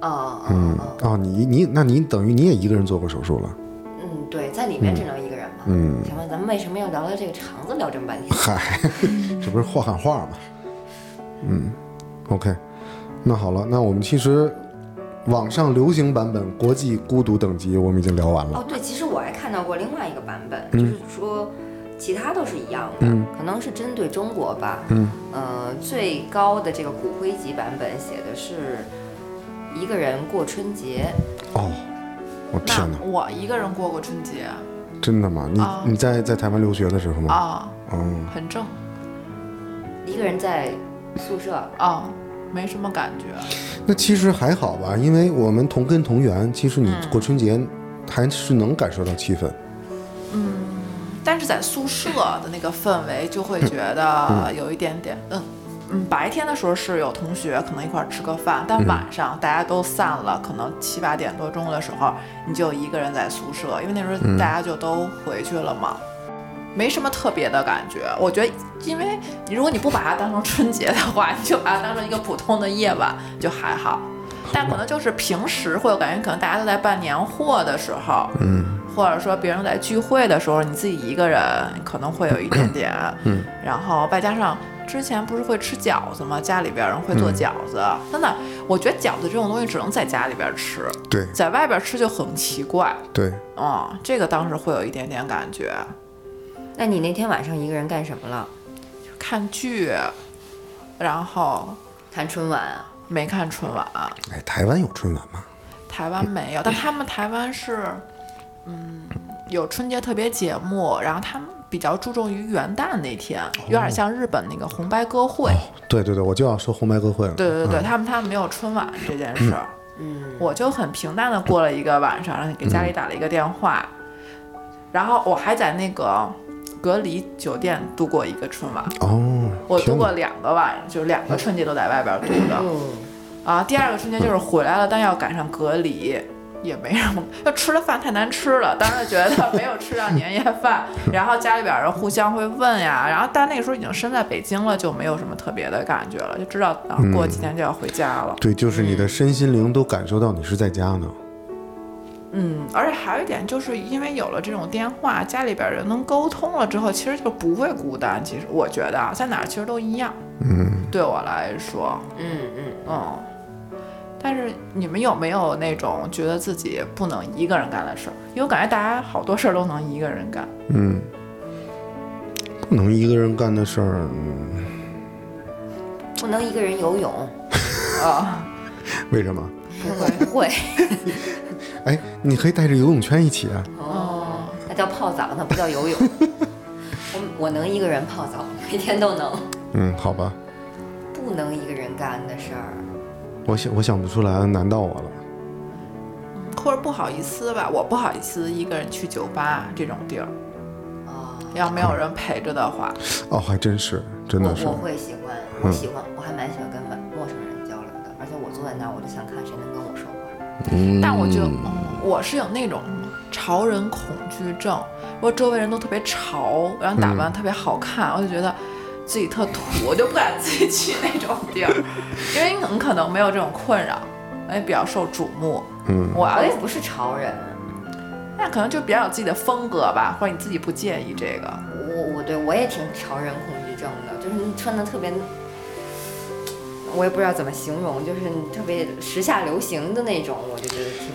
啊啊
嗯，
啊
哦，你你那你等于你也一个人做过手术了，
嗯，对，在里面只能一个人嘛。
嗯，
请问咱们为什么要聊到这个肠子聊这么半天？
嗨，
嗯
这不是话喊话吗？嗯，OK，那好了，那我们其实网上流行版本国际孤独等级我们已经聊完了
哦，。对，其实我还看到过另外一个版本，就是说其他都是一样的，可能是针对中国吧。嗯，呃，最高的这个骨灰级版本写的是一个人过春节，
哦，我天哪
那，我一个人过过春节
真的吗？你、
啊
你在在台湾留学的时候吗？
啊，
嗯，
很正
一个人在宿舍。
啊，没什么感觉。
那其实还好吧，因为我们同根同源，其实你
嗯
过春节还是能感受到气氛。
但是在宿舍的那个氛围，就会觉得有一点点，嗯嗯，白天的时候是有同学可能一块儿吃个饭，但晚上大家都散了，可能七八点多钟的时候，你就一个人在宿舍，因为那时候大家就都回去了嘛。没什么特别的感觉，我觉得，因为你如果你不把它当成春节的话，你就把它当成一个普通的夜晚，就还好。但可能就是平时会有感觉，可能大家都在办年货的时候，嗯，或者说别人在聚会的时候，你自己一个人可能会有一点点，嗯，然后再加上之前不是会吃饺子吗？家里边人会做饺子，真的，我觉得饺子这种东西只能在家里边吃，
对
在外边吃就很奇怪，
对，
嗯，这个当时会有一点点感觉。
那你那天晚上一个人干什么了？
看剧，然后
看春晚啊？
没看春晚，
哎，台湾有春晚吗？
台湾没有，但他们台湾是，嗯，有春节特别节目，然后他们比较注重于元旦那天，
哦
有点像日本那个红白歌会。
对对对，我就要说红白歌会了。
对对对，他们他们没有春晚这件事儿。
嗯，
我就很平淡的过了一个晚上，然后给家里打了一个电话，然后我还在那个隔离酒店度过一个春晚，
哦，
我度
天
过
哪，
两个晚，就是两个春节都在外边度的。啊，第二个春节就是回来了，但要赶上隔离，也没什么，就吃的饭太难吃了，当时觉得没有吃上年夜饭，然后家里边人互相会问呀，然后但那个时候已经身在北京了，就没有什么特别的感觉了，就知道啊过几天就要回家了。
对，就是你的身心灵都感受到你是在家呢。
嗯，而且还有一点，就是因为有了这种电话，家里边人能沟通了之后，其实就不会孤单。其实我觉得啊，在哪儿其实都一样。嗯，对我来说，
嗯嗯。
嗯，但是你们有没有那种觉得自己不能一个人干的事儿？因为我感觉大家好多事儿都能一个人干。
嗯，能一个人干的事儿，嗯
不能一个人游泳，
啊，
为什么？
不会，
不会，
哎，你可以带着游泳圈一起啊。
哦，那叫泡澡，那不叫 游泳。我我能一个人泡澡，每天都能。
嗯，好吧，
不能一个人干的事儿，
我想我想不出来了，难到我了。
或者不好意思吧，我不好意思一个人去酒吧这种地儿，
哦，
要没有人陪着的话，
哦，还真是，真的
我
是嗯
我，会喜欢，我喜欢，我还蛮喜欢跟陌陌生人交流的，而且我坐在那儿，我就想看谁能跟我说话。
嗯
但我就、嗯我是有那种潮人恐惧症，如果周围人都特别潮，然后打扮得特别好看，
嗯
我就觉得自己特土，我就不敢自己去那种地 儿，因为你很可能没有这种困扰，也比较受瞩目。
嗯，
我要
我也不是潮人，
那可能就比较有自己的风格吧，或者你自己不介意这个。
我我对我也挺潮人恐惧症的，就是你穿的特别，我也不知道怎么形容，就是你特别时下流行的那种，我就觉得挺。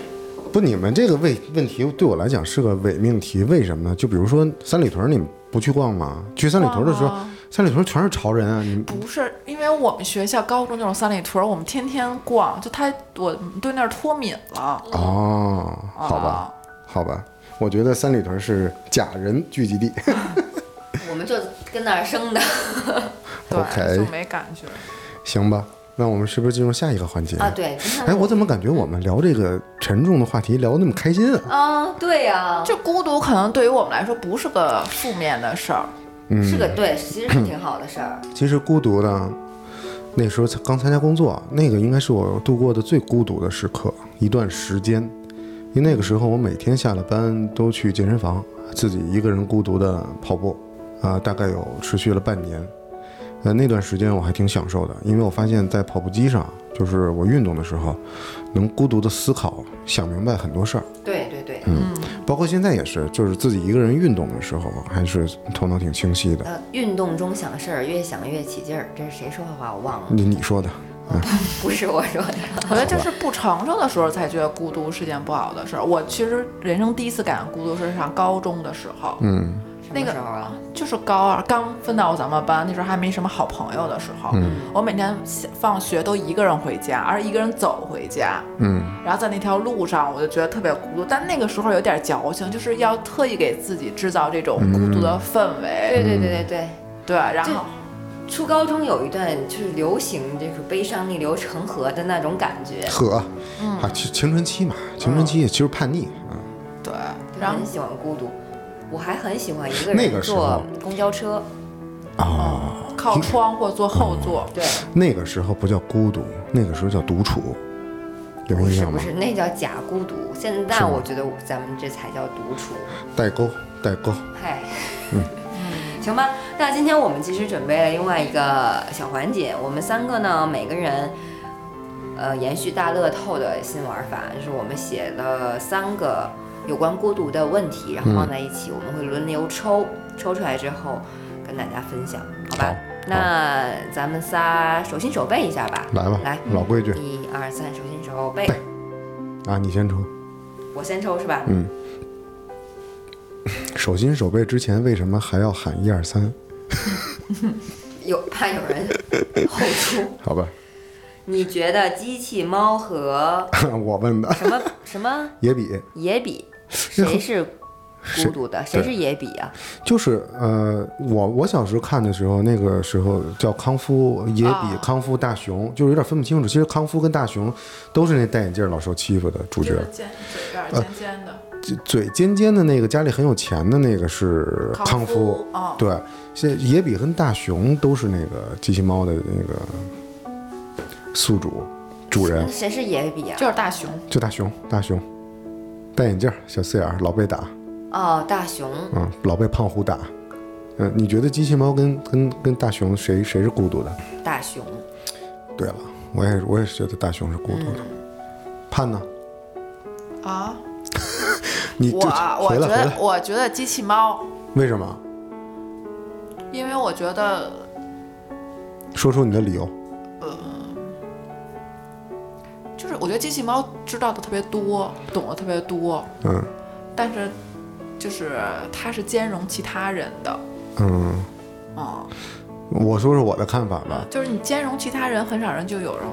不，你们这个问问题对我来讲是个伪命题，为什么呢？就比如说三里屯，你们不去逛吗？去三里屯的时候，
逛啊
三里屯全是潮人啊，你们
不是，因为我们学校高中那种三里屯儿，我们天天逛，就他我对那儿脱敏了。啊
哦，好吧，好吧，我觉得三里屯是假人聚集地。
我们就跟那儿生的
对
OK
就没感觉。
行吧，那我们是不是进入下一个环节
啊，？对，今天
哎，我怎么感觉我们聊这个沉重的话题聊得那么开心啊？
啊，对呀、
就孤独可能对于我们来说不是个负面的事儿，
嗯
是个对，其实是挺好的事儿。
其实孤独呢，那时候才刚参加工作，那个应该是我度过的最孤独的时刻，一段时间。因为那个时候我每天下了班都去健身房，自己一个人孤独的跑步，啊、大概有持续了半年。呃，那段时间我还挺享受的，因为我发现在跑步机上，就是我运动的时候，能孤独的思考，想明白很多事儿。
对对嗯对，
包括现在也是，就是自己一个人运动的时候，还是头脑挺清晰的。
呃，运动中想事儿，越想越起劲儿。这是谁说的话？我忘了，
你你说的，
不是我说的。
我觉得就是不成熟的时候才觉得孤独是件不好的事儿。我其实人生第一次感到孤独是上高中的时候，
嗯。
那个
什么时候啊？
就是高二刚分到咱们班，那时候还没什么好朋友的时候，
嗯
我每天下放学都一个人回家，而一个人走回家，
嗯，
然后在那条路上我就觉得特别孤独，但那个时候有点矫情，就是要特意给自己制造这种孤独
嗯
的氛围，
对对对对对，
对，然后
嗯初高中有一段就是流行这个悲伤逆流成河的那种感觉，
呵，
嗯
啊，青青春期嘛，青春期也其实叛逆，嗯，
对，
就
然后
很喜欢孤独。我还很喜欢一个
那
人
个时
坐
候
公交车，
靠窗或坐后座，
对，
那个时候不叫孤独，那个时候叫独处，有印
是
象
不
吗？
是？那叫假孤独。现在我觉得咱们这才叫独处。
代沟，代沟，
嗨，嗯行吧。那今天我们其实准备了另外一个小环节，我们三个呢，每个人，呃，延续大乐透的新玩法，就是我们写了三个有关孤独的问题，然后放在一起，我们会轮流抽，抽出来之后跟大家分享，好吧？
好
那咱们仨手心手背一下吧，
来吧，
来，
老规矩
一二三，手心手背，
啊，你先抽，
我先抽是吧？
嗯手心手背之前为什么还要喊一二三？
有怕有人后出。
好吧，
你觉得机器猫和
我问的
什么什么
也比
野 比，谁是孤独的？谁是野比啊？
就是呃，我我小时候看的时候，那个时候叫康夫也比
哦
啊
康夫大熊，就是有点分不清楚。其实康夫跟大熊都是那戴眼镜儿老受欺负的主角，
尖嘴有点
呃
尖尖的，
嘴尖尖的那个，家里很有钱的那个是康
康
夫
夫，哦
对，现在野比跟大熊都是那个机器猫的那个宿主主人
那，谁是野比啊
就？是大熊，
就大熊，大熊，戴眼镜儿，小四眼儿，老被打，
哦，大熊。
嗯，老被胖虎打，嗯，你觉得机器猫跟跟跟大熊谁谁是孤独的？
大熊，
对了，我也我也觉得大熊是孤独的，
嗯
盼呢？
啊，
你
我
就
我
回
觉
来回
得
来，
我觉得机器猫，
为什么？
因为我觉得
说出你的理由。
就是我觉得机器猫知道的特别多，懂得特别多，
嗯
但是就是它是兼容其他人的，
嗯，
嗯，
我说说我的看法吧。
就是你兼容其他人，很少人就有人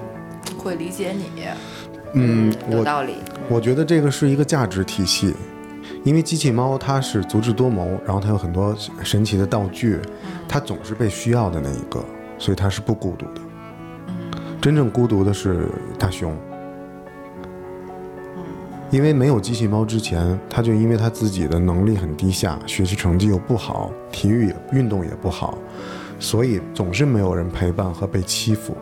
会理解你。
嗯，
有
我
道理。
我觉得这个是一个价值体系，因为机器猫它是足智多谋，然后它有很多神奇的道具，它总是被需要的那一个，所以它是不孤独的。真正孤独的是大熊，因为没有机器猫之前，它就因为它自己的能力很低下，学习成绩又不好，体育也运动也不好，所以总是没有人陪伴和被欺负，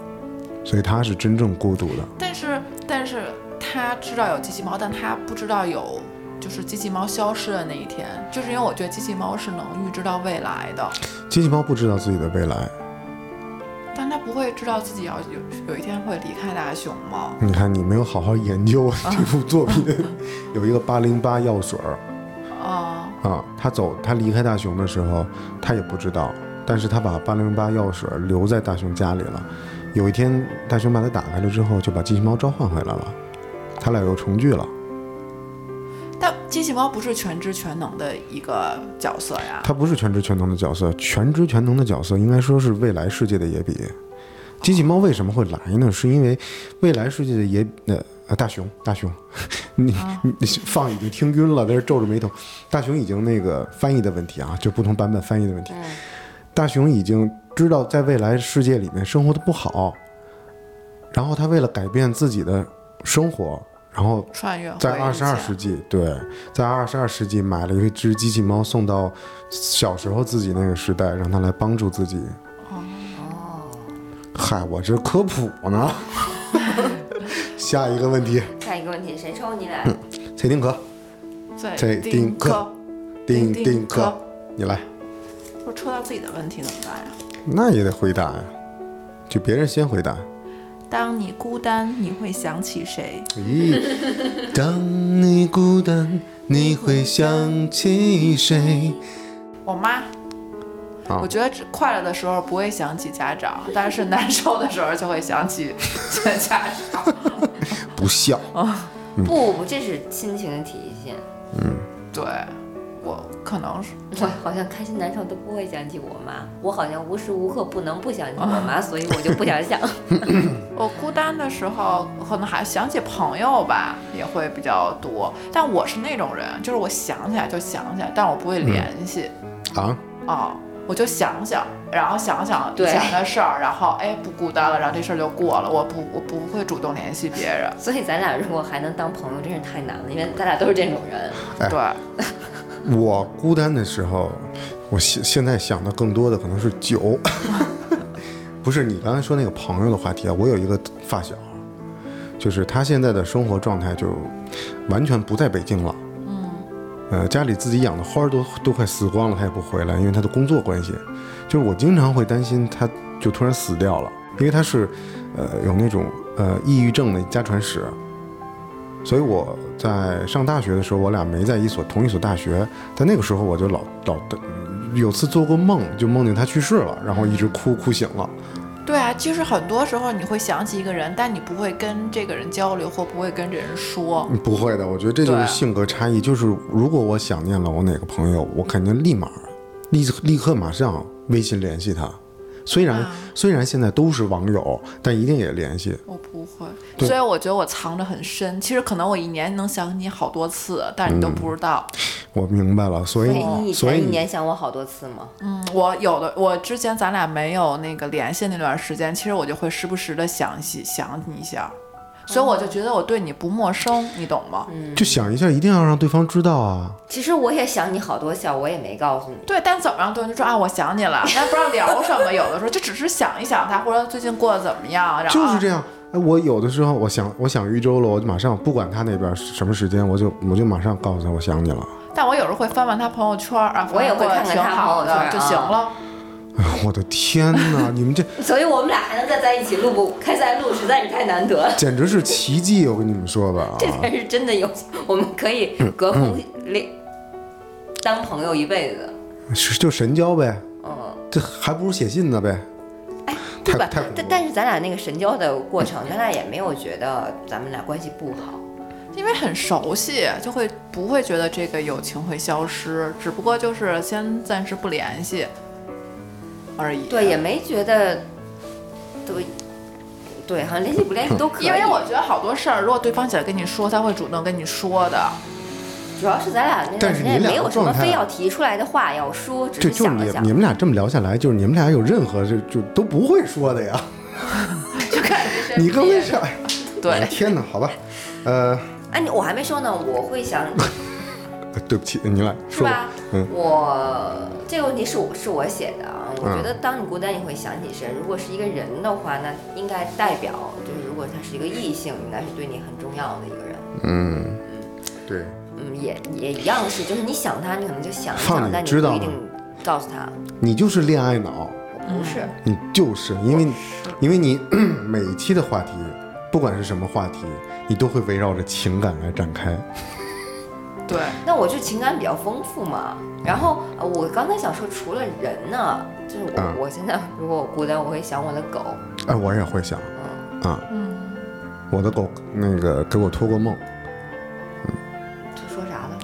所以它是真正孤独的。
但是，但是他知道有机器猫，但他不知道有就是机器猫消失的那一天，就是因为我觉得机器猫是能预知到未来的，
机器猫不知道自己的未来，
但他不会知道自己要有有一天会离开大熊猫。
你看，你没有好好研究这部作品，有一个八零八药水儿
哦、
啊，他走，他离开大熊的时候，他也不知道，但是他把八零八药水儿留在大熊家里了。有一天，大熊把它打开了之后，就把机器猫召唤回来了，他俩又重聚了。
但机器猫不是全知全能的一个角色呀。
他不是全知全能的角色，全知全能的角色应该说是未来世界的野比。机器猫为什么会来呢？是因为未来世界的野呃呃大熊 大熊，你你你放已经听晕了，在这皱着眉头。大熊已经那个翻译的问题啊，就不同版本翻译的问题。
嗯
大熊已经知道在未来世界里面生活的不好，然后他为了改变自己的生活，然后
穿越回
在
以
二十二
前
世纪，对，在二十二世纪买了一只机器猫，送到小时候自己那个时代，让它来帮助自己。嗨，我这科普呢。下一个问题，
下一个问题，谁抽你俩？
崔丁壳，
在
在丁
克
克，丁
丁
丁
克
壳，你来，
我抽到自己的问题怎么办呀？
那也得回答呀，就别人先回答。
当你孤单，你会想起谁？
咦，当你孤单，你会想起谁？
我妈。
啊
我觉得只快乐的时候不会想起家长，但是难受的时候就会想起 家长。
不笑，嗯
不不，这是亲情体现。
对，我可能是
我好像开心难受都不会想起我妈，我好像无时无刻不能不想起我
哦
妈，所以我就不想 想。
我孤单的时候，可能还想起朋友吧，也会比较多。但我是那种人，就是我想起来就想起来，但我不会联系。
啊，
哦，我就想想，然后想想以
对
前的事儿，然后哎不孤单了，然后这事儿就过了。我不我不会主动联系别人，
所以咱俩如果还能当朋友，真是太难了，因为咱俩都是这种人。
哎
对，
我孤单的时候，我现现在想的更多的可能是酒， 不是你刚才说那个朋友的话题啊。我有一个发小，就是他现在的生活状态就完全不在北京了。嗯，呃，家里自己养的花儿都都快死光了，他也不回来，因为他的工作关系。就是我经常会担心他就突然死掉了，因为他是呃有那种呃抑郁症的家传史。所以我在上大学的时候，我俩没在一所同一所大学，在那个时候我就老老有次做过梦，就梦见他去世了，然后一直哭哭醒了。
对啊，就是很多时候你会想起一个人，但你不会跟这个人交流，或不会跟这人说。
嗯不会的，我觉得这就是
对
性格差异。就是如果我想念了我哪个朋友，我肯定立马立立刻马上微信联系他。虽然、虽然现在都是网友，但一定也联系。
我不会，
对
所以我觉得我藏得很深。其实可能我一年能想起你好多次，但是你都
嗯
不知道。
我明白了，所以
所以你以
哦所以
前一
你
年想我好多次吗？
嗯，我有的，我之前咱俩没有那个联系那段时间，其实我就会时不时的想起想你一下，所以我就觉得我对你不陌生，你懂吗？
就想一下，一定要让对方知道啊。
其实我也想你好多次，我也没告诉你。
对，但怎么让对方就说啊，我想你了，但不知道聊什么，有的时候就只是想一想他，或者最近过得怎么样，
啊
然后
就是这样。哎，我有的时候我想我想豫州了，我就马上不管他那边是什么时间，我就我就马上告诉他我想你了。
但我有时候会翻翻他朋友圈儿啊，
我也
反正
会
过得
看看
挺
他朋
好
友圈
的
儿
就
啊
行了。
哎呀，我的天哪！你们这
所以我们俩还能再在一起录不开塞露，实在是太难得 了。
简直是奇迹！我跟你们说吧，
这
啊
才，是真的友情，我们可以隔空连当朋友一辈子。
是就神交呗，
嗯，
这还不如写信呢呗。
对吧
太太恐？怖
但
了
但是咱俩那个神交的过程，咱俩也没有觉得咱们俩关系不好。
因为很熟悉，就会不会觉得这个友情会消失，只不过就是先暂时不联系，而已。
对，也没觉得，对，对，好像联系不联系都可以。
因为我觉得好多事儿，如果对方想跟你说，他会主动跟你说的。
主要是咱俩那
但
段
是
时
你
间也
俩
没有
的
什么
状态
非要提出来的话要说，只
这
是
就是
想
你
了想
你。们俩这么聊下来，就是你们俩有任何这就都不会说的呀。
就看你身
你更为
边
啥？
对，
天哪，好吧，呃，
哎，你我还没说呢，我会想，
哎对不起，你来
是
说吧
吧？
嗯
我这个问题是我是我写的啊。我觉得当你孤单，你会想起谁？如果是一个人的话，那应该代表就是，如果他是一个异性，应该是对你很重要的一个人。
嗯，对，
嗯，也也一样是，就是你想他，你可能就想一
放
想，
你
但你
知道
不一
吗
定告诉他。
你就是恋爱脑，
我不是，
你就是因为因为你 每一期的话题，不管是什么话题，你都会围绕着情感来展开。嗯
对，
那我就情感比较丰富嘛。然后呃我刚才想说，除了人呢，就是我、
嗯
我现在如果我孤单，我会想我的狗。
哎，我也会想
嗯，
啊，我的狗那个给我托过梦，
他说啥了？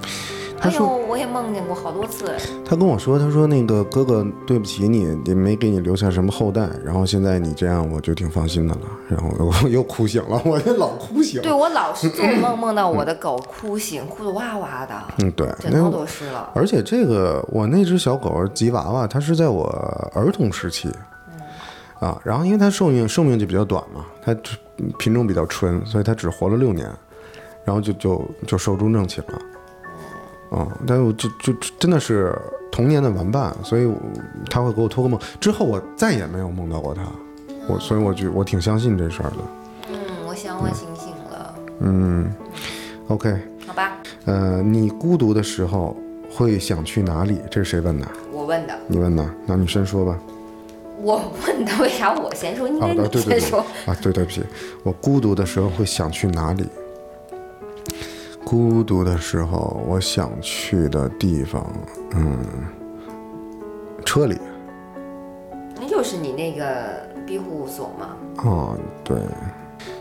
他
哎呦，
说
我也梦见过好多次。
他跟我说，他说那个哥哥，对不起你，你没给你留下什么后代，然后现在你这样，我就挺放心的了。然后我又哭醒了，我就老哭醒。
对，我老是做梦，梦到我的狗哭醒，哭得哇哇的，
嗯，对，
枕
那
头都湿了。
而且这个我那只小狗吉娃娃，它是在我儿童时期，啊，然后因为它寿命寿命就比较短嘛，它只品种比较纯，所以它只活了六年，然后就就就寿终正寝了。嗯，但是我就就就真的是童年的玩伴，所以我它会给我托个梦。之后我再也没有梦到过它，我所以我就我挺相信这事儿的。
嗯，我想我醒醒了，
嗯，OK，
好吧，
呃，你孤独的时候会想去哪里？这是谁问的？
我问的，
你问的，那你先说吧。
我问的，为啥我先说？应
啊，
该
对
你
对对
先
对
说。
啊，对对不起，我孤独的时候会想去哪里？孤独的时候，我想去的地方，嗯，车里
那就是你那个庇护所嘛。
啊，对。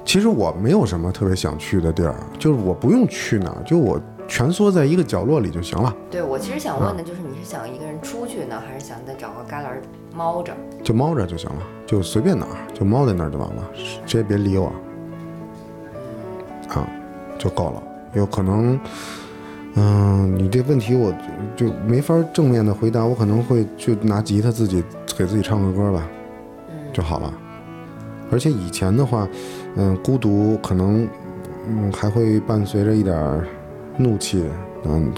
其实我没有什么特别想去的地儿，就是我不用去哪儿，就我蜷缩在一个角落里就行了，
对，我其实想
嗯
问的就是，你是想一个人出去呢，还是想再找个旮旯儿猫着？
就猫着就行了，就随便哪儿，就猫在那儿就完了，谁也别理我，啊，就够了。有可能，嗯、你这问题我就就没法正面的回答，我可能会就拿吉他自己给自己唱个歌吧，就好了。而且以前的话，嗯、孤独可能，嗯，还会伴随着一点儿怒气，嗯，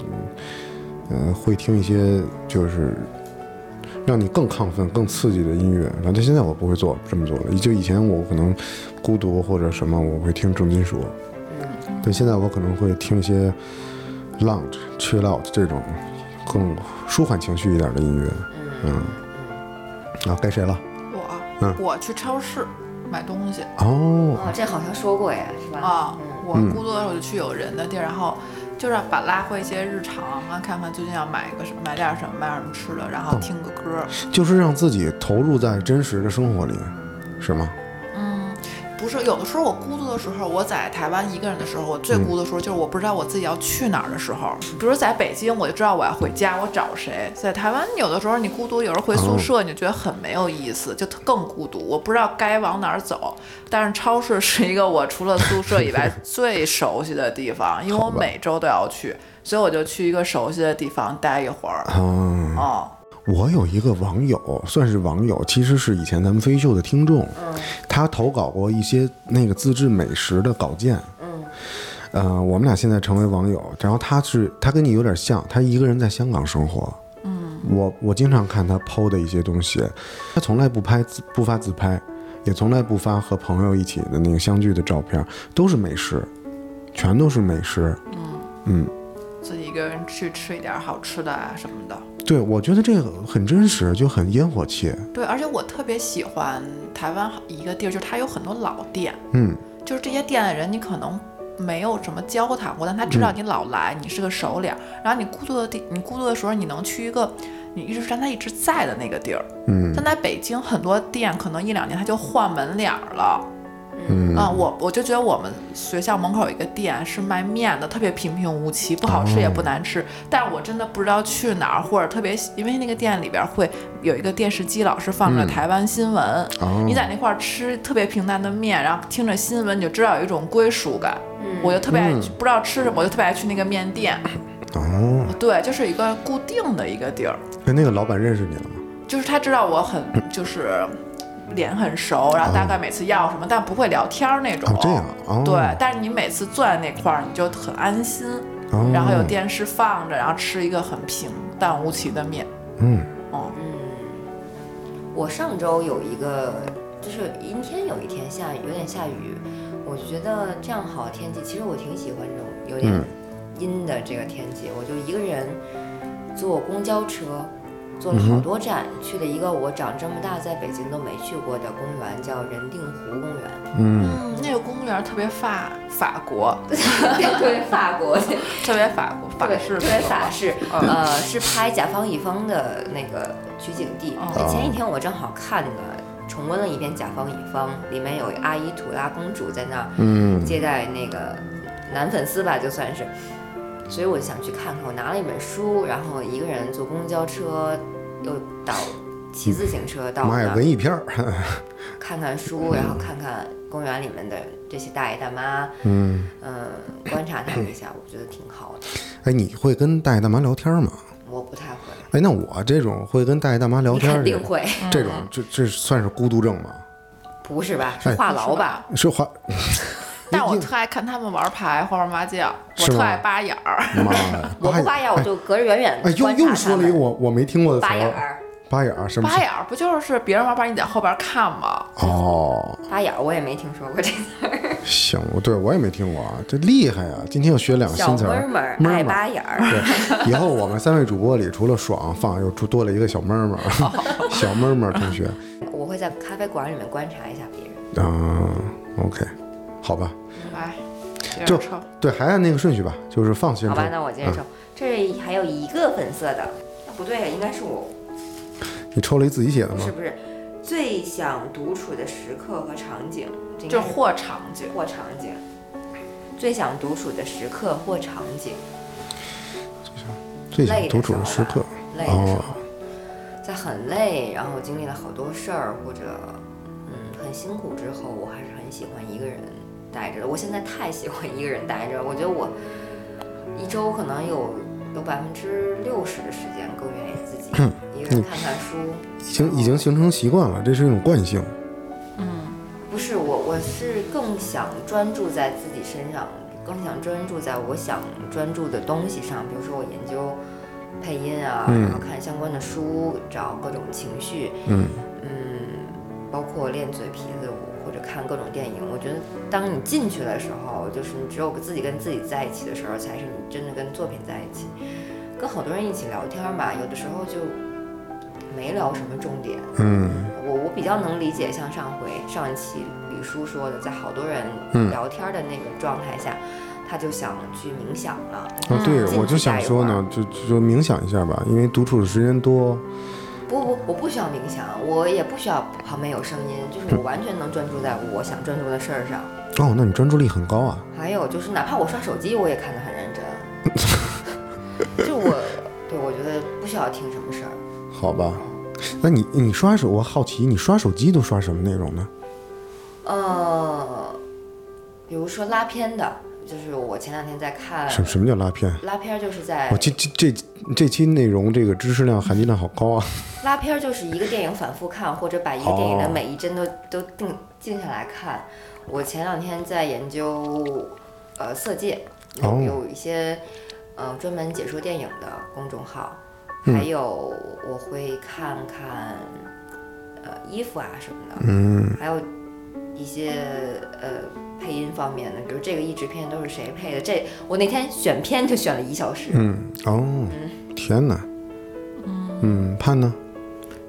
呃，会听一些就是让你更亢奋、更刺激的音乐。然后但现在我不会做这么做了，就以前我可能孤独或者什么，我会听重金属。但现在我可能会听一些 lounge、chill out 这种更舒缓情绪一点的音乐。嗯，啊，该谁了？
我、
嗯
我去超市买东西
哦，
哦，这好像说过呀，是吧？
啊，
嗯
我孤独的时候就去有人的地儿，然后就是把拉回一些日常啊，看看最近要买个什么，买点什么，买点什么吃的，然后
哦
听个歌。
就是让自己投入在真实的生活里，是吗？
不是，有的时候我孤独的时候，我在台湾一个人的时候，我最孤独的时候就是我不知道我自己要去哪儿的时候。比如在北京，我就知道我要回家，我找谁。在台湾，有的时候你孤独，有时候回宿舍，你就觉得很没有意思，就更孤独。我不知道该往哪儿走。但是超市是一个我除了宿舍以外最熟悉的地方，因为我每周都要去，所以我就去一个熟悉的地方待一会儿。
啊，
哦，
我有一个网友，算是网友，其实是以前咱们飞秀的听众，他投稿过一些那个自制美食的稿件。
嗯，
呃，我们俩现在成为网友，然后他是他跟你有点像，他一个人在香港生活。嗯，我我经常看他剖的一些东西，他从来不拍自不发自拍，也从来不发和朋友一起的那个相聚的照片，都是美食，全都是美食。
自己一个人去吃一点好吃的啊什么的。
对，我觉得这个很真实，就很烟火气。
对，而且我特别喜欢台湾一个地儿，就是它有很多老店，
嗯，
就是这些店的人你可能没有什么交谈过，但他
嗯
知道你老来，你是个熟脸儿。然后你孤独的地，你孤独的时候，你能去一个你一直让他一直在的那个地儿。
嗯，
但在北京很多店可能一两年他就换门脸儿了，嗯，我我就觉得我们学校门口有一个店是卖面的，特别平平无奇，不好吃也
哦
不难吃。但我真的不知道去哪儿，或者特别喜因为那个店里边会有一个电视机，老是放着台湾新闻，
嗯哦
你在那块儿吃特别平淡的面，然后听着新闻，你就知道有一种归属感。我就特别爱
嗯
去，不知道吃什么，我就特别爱去那个面店。
哦，
对，就是一个固定的一个地儿。
哎，那个老板认识你了吗？
就是他知道我很
嗯
就是脸很熟，然后大概每次要什么，但不会聊天儿那种。
哦这样哦
对，但是你每次坐在那块儿，你就很安心，
哦
然后有电视放着，然后吃一个很平淡无奇的面。
嗯，
哦，
我上周有一个，就是阴天，有一天下雨，有点下雨，我就觉得这样好天气，其实我挺喜欢这种有点
嗯
阴的这个天气，我就一个人坐公交车，坐了好多站，去了一个我长这么大在北京都没去过的公园，叫人定湖公园。
嗯，那个公园儿特别法法国，
对，法国，
特别法国法
对
式那
对
种
法
吧
式，
嗯
呃，是拍《甲方乙方》的那个取景地。
哦
前几天我正好看了。重温了一遍《甲方乙方》，里面有阿依土拉公主在那儿
嗯
接待那个男粉丝吧，就算是，所以我就想去看看。我拿了一本书，然后一个人坐公交车，又到骑自行车到
妈
那
呀，嗯
儿
文艺片儿，
看看书，然后看看公园里面的这些大爷大妈，
嗯，
嗯，观察他们一下，我觉得挺好的。
哎，你会跟大爷大妈聊天吗？
我不太会，
哎，那我这种会跟大爷大妈聊
你
天
肯
儿这
定
种，
会，嗯
这种这这算是孤独症吗？
不是吧？是话痨吧？
哎是话，
但我特爱看他们玩牌、晃晃麻将，我
是
特
吗嗯
爱扒眼儿。
妈哎呀，
我不
八
发言，我就隔着远远
哎，又
观察
又说
他
了一个
们。
我我没听过的词
八眼
儿，
儿，
八眼儿什么
扒
是？
眼儿不就是别人玩牌，你在后边看吗？
哦，
八眼儿，我也没听说过这个。
行，我对我也没听过，啊，这厉害啊！今天又学两个
小
新词
妹
儿，
儿
妹
们
儿
爱
们儿
八眼儿，
对，以后我们三位主播里，除了爽放，又出多了一个小妹儿妹儿， 小妹儿妹儿同学。
我会在咖啡馆里面观察一下别人。
嗯，OK，好吧，
来，接
就
着哎抽。
对，还按那个顺序吧，就是放啊先
好
说。
吧，那我接着
嗯
抽。这还有一个粉色的，啊不对，应该是我，
你抽了一自己写的吗
是？不是？最想独处的时刻和场景，这应
就
该
是
是
或场景，
或场景。最想独处的时刻或场景，
最想独处的时刻。哦
累的时候，在很累，然后经历了好多事儿，或者嗯很辛苦之后，我还是很喜欢一个人待着的。我现在太喜欢一个人待着了，我觉得我一周可能有有百分之六十的时间更愿意自己一个人看看书。
嗯已经已经形成习惯了，这是一种惯性。
不是我，我是更想专注在自己身上，更想专注在我想专注的东西上，比如说我研究配音啊，然后看相关的书，找各种情绪，
嗯
嗯，包括练嘴皮子舞或者看各种电影。我觉得当你进去的时候，就是你只有自己跟自己在一起的时候，才是你真的跟作品在一起。跟好多人一起聊天吧，有的时候就没聊什么重点，
嗯
我我比较能理解，像上回上一期李叔说的，在好多人
嗯
聊天的那种状态下，他就想去冥想了。
啊，对
进，去
我就想说呢，就就就冥想一下吧，因为独处的时间多。
不不，我不需要冥想，我也不需要旁边有声音，就是我完全能专注在我想专注的事儿上。
哦，那你专注力很高啊。
还有就是，哪怕我刷手机，我也看得很认真。就我，对我觉得不需要听什么事儿。
好吧，那你你刷手，我好奇你刷手机都刷什么内容呢？
呃，比如说拉片的，就是我前两天在看
什什么叫拉片？
拉片，就是在
我这这这这期内容这个知识量含金量好高啊！
拉片儿就是一个电影反复看，或者把一个电影的
哦
每一帧都、都定静下来看。我前两天在研究，呃，《色戒》
哦
有有一些，呃，专门解说电影的公众号，
嗯
还有我会看看，呃，衣服啊什么的，
嗯，
还有一些呃配音方面的，比如这个译制片都是谁配的？这我那天选片就选了一小时。
嗯，哦，天哪，嗯，盼呢？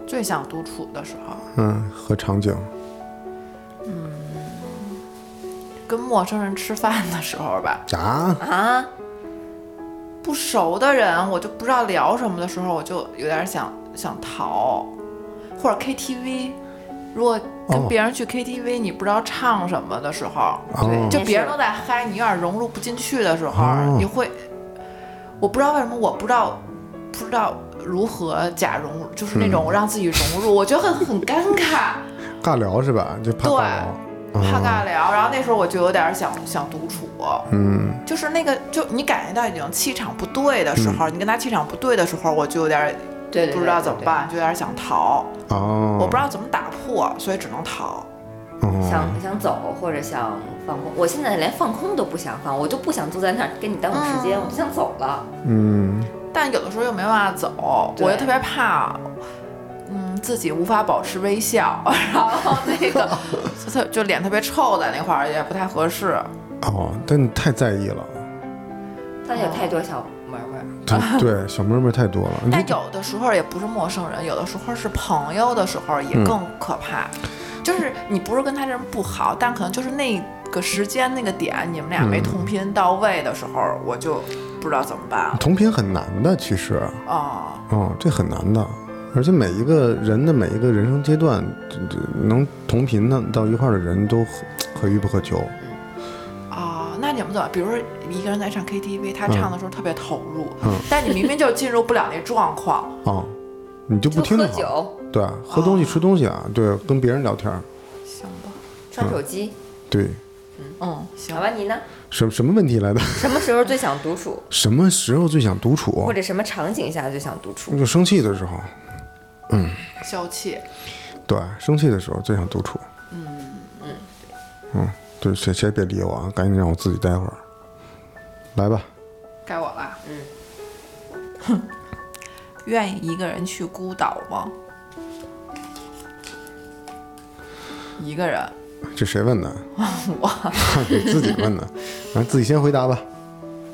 最想独处的时候，
嗯，和场景，
跟陌生人吃饭的时候吧，
啊，
啊，
不熟的人我就不知道聊什么的时候，我就有点想想逃，或者 KTV，如果
哦
跟别人去 KTV，你不知道唱什么的时候，
哦
就别人都在嗨，你有点融入不进去的时候，
哦
你会，我不知道为什么，我不知道，不知道如何假融入，就是那
嗯
种让自己融入，我觉得很很尴尬，
尬聊是吧？就怕
对
尬聊，
怕
哦
尬聊。然后那时候我就有点想想独处，
嗯，
就是那个就你感觉到已经气场不对的时候，你跟他气场不对的时候，我就有点
嗯对对对，
不知道
对嗯
怎么。办，就有点想逃，
哦，
我不知道怎么打破，所以只能逃。
对
哦，
想想走或者想放空，我现在连放空都不想放，我就不想坐在那儿跟你耽误时间，我就想走了。
嗯，
但有的时候又没办法走，
对
我又特别怕，嗯，自己无法保持微笑， 然后那个就特就脸特别臭在那块儿也不太合适。
哦，但你太在意 了，
但有太多小门门，
对对，小妹妹太多了，你
但
就
有的时候也不是陌生人，有的时候是朋友的时候也更可怕，就是你不是跟他这人不好，但可能就是那个时间那个点你们俩没同频到位的时候，我就不知道怎么办了。
同频很难的，其实，
哦，
哦，这很难的，而且每一个人的每一个人生阶段，这这能同频的到一块儿的人都很可遇不可求。
啊、那你们怎么？比如说一个人在唱 KTV，他唱的时候特别投入，
嗯
但你明明就进入不了那状况。
哦，你就不
就
听就
喝
好，
酒、
对，喝
哦
东西、吃东西啊，对，跟别人聊天儿，
行吧，
刷手机。
对，
嗯，行
小吧，你呢？
什什么问题来的？
什么时候最想独处，
什么时候最想独处
或？者什么场景下最想独处？
就生气的时候，
消气。
对，生气的时候最想独处。嗯嗯对，谁谁也别理我啊，赶紧让我自己待会儿。来吧，
该我了。嗯， 愿意一个人去孤岛吗？一个人，
这谁问的？ 我给自己问的，来自己先回答吧。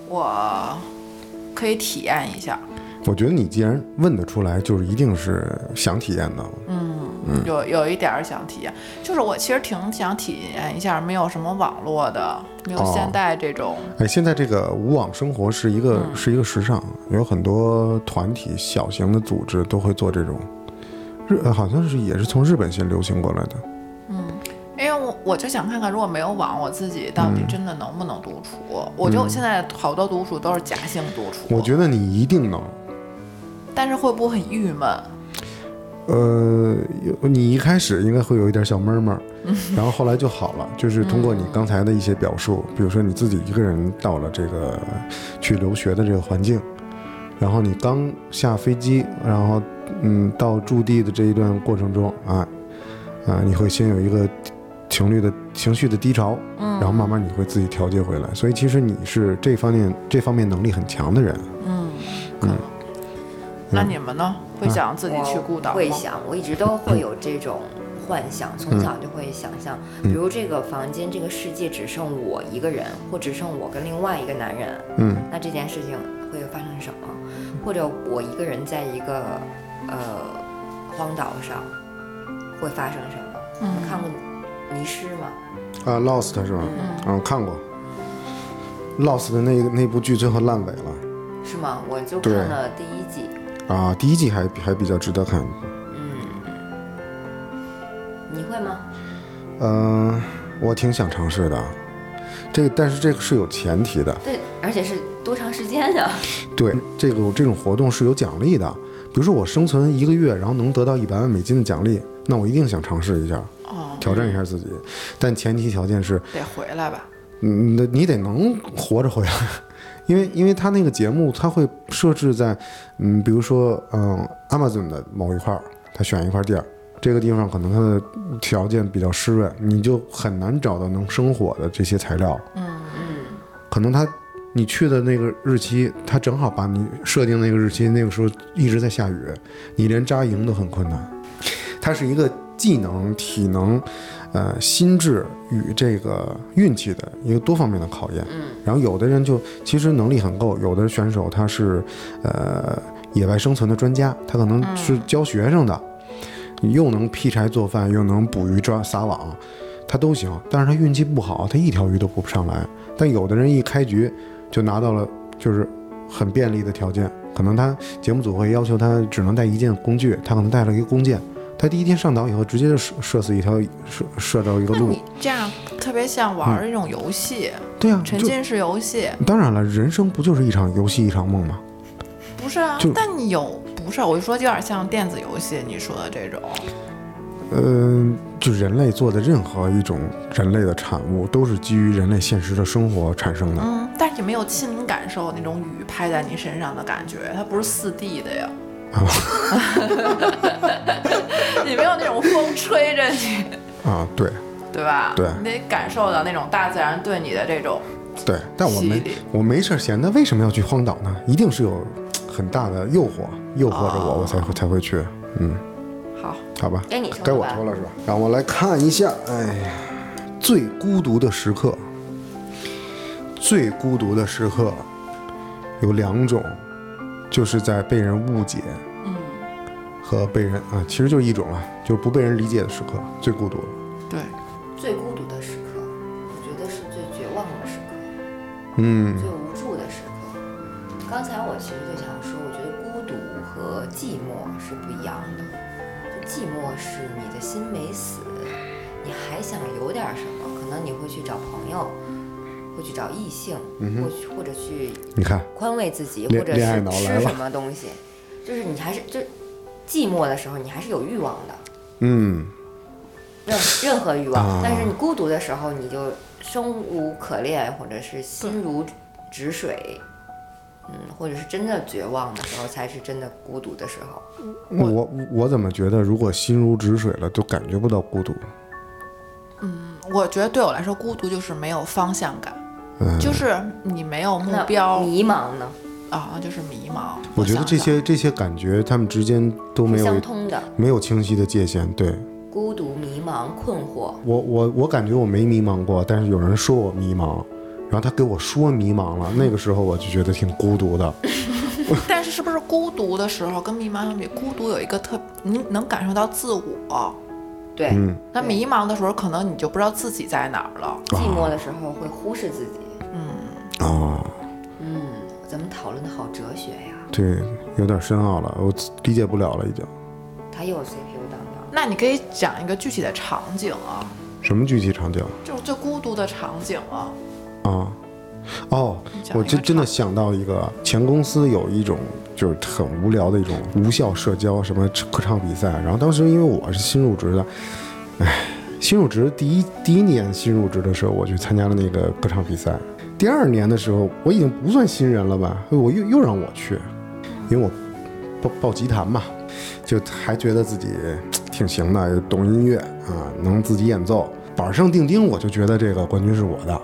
我可以体验一下。
我觉得你既然问得出来，就是一定是想体验的。嗯
有有一点儿想体验，就是我其实挺想体验一下没有什么网络的，没有
哦
现代这种。
哎，现在这个无网生活是一个、是一个时尚，有很多团体、小型的组织都会做这种。日呃好像是也是从日本先流行过来的。
因为我我就想看看，如果没有网，我自己到底
嗯
真的能不能独处？我觉得我现在好多独处都是假性独处，
我觉得你一定能。
但是会不会很郁闷？
呃，有你一开始应该会有一点小闷闷儿，然后后来就好了。就是通过你刚才的一些表述，比如说你自己一个人到了这个去留学的这个环境，然后你刚下飞机，然后嗯到驻地的这一段过程中啊啊，你会先有一个情绪的情绪的低潮，然后慢慢你会自己调节回来。所以其实你是这方面这方面能力很强的人。嗯
那你们呢？会想自己去孤岛吗？
会想，我一直都会有这种幻想，
嗯
从小就会想象，比如这个房间、这个世界只剩我一个人，或只剩我跟另外一个男人，
嗯，
那这件事情会发生什么？或者我一个人在一个呃荒岛上会发生什么？
嗯
你看过《迷失》吗？
啊，Lost 是吧？嗯，看过。Lost 的那那部剧最后烂尾了
是吗？我就看
对
了第一季。
啊，第一季还还比较值得看。
你会吗？
嗯、我挺想尝试的，这个但是这个是有前提的，
对，而且是多长时间呀、
对，这个这种活动是有奖励的。比如说我生存一个月，然后能得到一百万美金的奖励，那我一定想尝试一下，
哦，
挑战一下自己。但前提条件是
得回来吧。
嗯，那你得能活着回 来，因为因为他那个节目他会设置在，嗯，比如说嗯，Amazon 的某一块儿，他选一块地儿，这个地方可能它的条件比较湿润，你就很难找到能生火的这些材料。嗯嗯，可能他你去的那个日期，他正好把你设定那个日期，那个时候一直在下雨，你连扎营都很困难。它是一个技能、体能、呃心智与这个运气的一个多方面的考验。嗯，然后有的人就其实能力很够，有的选手他是呃野外生存的专家，他可能是教学生的，又能劈柴做饭，又能捕鱼抓撒网。他都行，但是他运气不好，他一条鱼都捕不上来。但有的人一开局就拿到了，就是很便利的条件，可能他节目组会要求他只能带一件工具，他可能带了一个弓箭，他第一天上岛以后，直接就射射死一条射射着一个
那
鹿
你。这样特别像玩儿一种游戏，
对啊，
沉
就
浸式游戏，
当然了，人生不就是一场游戏一场梦吗？
不是啊
就？
但你有不是？我就说有点像电子游戏，你说的这种，
嗯、就人类做的任何一种人类的产物，都是基于人类现实的生活产生的。
嗯，但是你没有亲临感受那种雨拍在你身上的感觉，它不是四 D 的 呀。
嗯啊
你没有那种风吹着你，
啊，对
对吧？
对
你得感受到那种大自然对你的这种
对，但我
系
没
列
我没事儿闲的，为什么要去荒岛呢？一定是有很大的诱惑诱惑着我，我才会才会去。嗯，
好。
好吧，
该你抽了
该我
吧
抽了是吧？让我来看一下，哎呀，最孤独的时刻，最孤独的时刻有两种，就是在被人误解，嗯，和被人啊，其实就一种啊，就是不被人理解的时刻最孤独了。
对，
最孤独的时刻，我觉得是最绝望的时刻，
嗯
最无助的时刻。刚才我其实就想说，我觉得孤独和寂寞是不一样的。就寂寞是你的心没死，你还想有点什么，可能你会去找朋友，会去找异性，或去或者去
你看，
宽慰自己，
嗯恋
或者
恋爱
是
脑来
吃
了
什么东西，就是你还是就寂寞的时候，你还是有欲望的，
嗯，
任任何欲望。
啊
但是你孤独的时候，你就生无可恋，或者是心如止水，嗯，或者是真的绝望的时候，才是真的孤独的时候。
我我怎么觉得，如果心如止水了，就感觉不到孤独？
我觉得对我来说，孤独就是没有方向感，
嗯，
就是你没有目
那
标
迷茫呢
啊，那就是迷茫。
我觉得
想
这
想
些这些感觉，他们之间都没
是
有
相通的，
没有清晰的界限，对。
孤独、迷茫、困惑。
我我我感觉我没迷茫过，但是有人说我迷茫，然后他给我说迷茫了，那个时候我就觉得挺孤独的。
但是是不是孤独的时候跟迷茫相比，孤独有一个特，你能感受到自我。
对，
嗯
那迷茫的时候，可能你就不知道自己在哪儿了。
寂
啊
寞的时候会忽视自己。
哦，
嗯，咱们讨论的好哲学呀，
对，有点深奥了，我理解不了了，已经。
他又有 CPU 当当。
那你可以讲一个具体的场景啊，
什么具体场景
就是最孤独的场景啊。
啊？哦
你，讲
我
一个
真真的想到一个，前公司有一种就是很无聊的一种无效社交，什么歌唱比赛。然后当时因为我是新入职的，新入职第一第一年新入职的时候，我去参加了那个歌唱比赛。第二年的时候，我已经不算新人了吧？我又又让我去，因为我报报吉坛嘛，就还觉得自己嘖挺行的，懂音乐啊，能自己演奏。板上钉钉，我就觉得这个冠军是我的，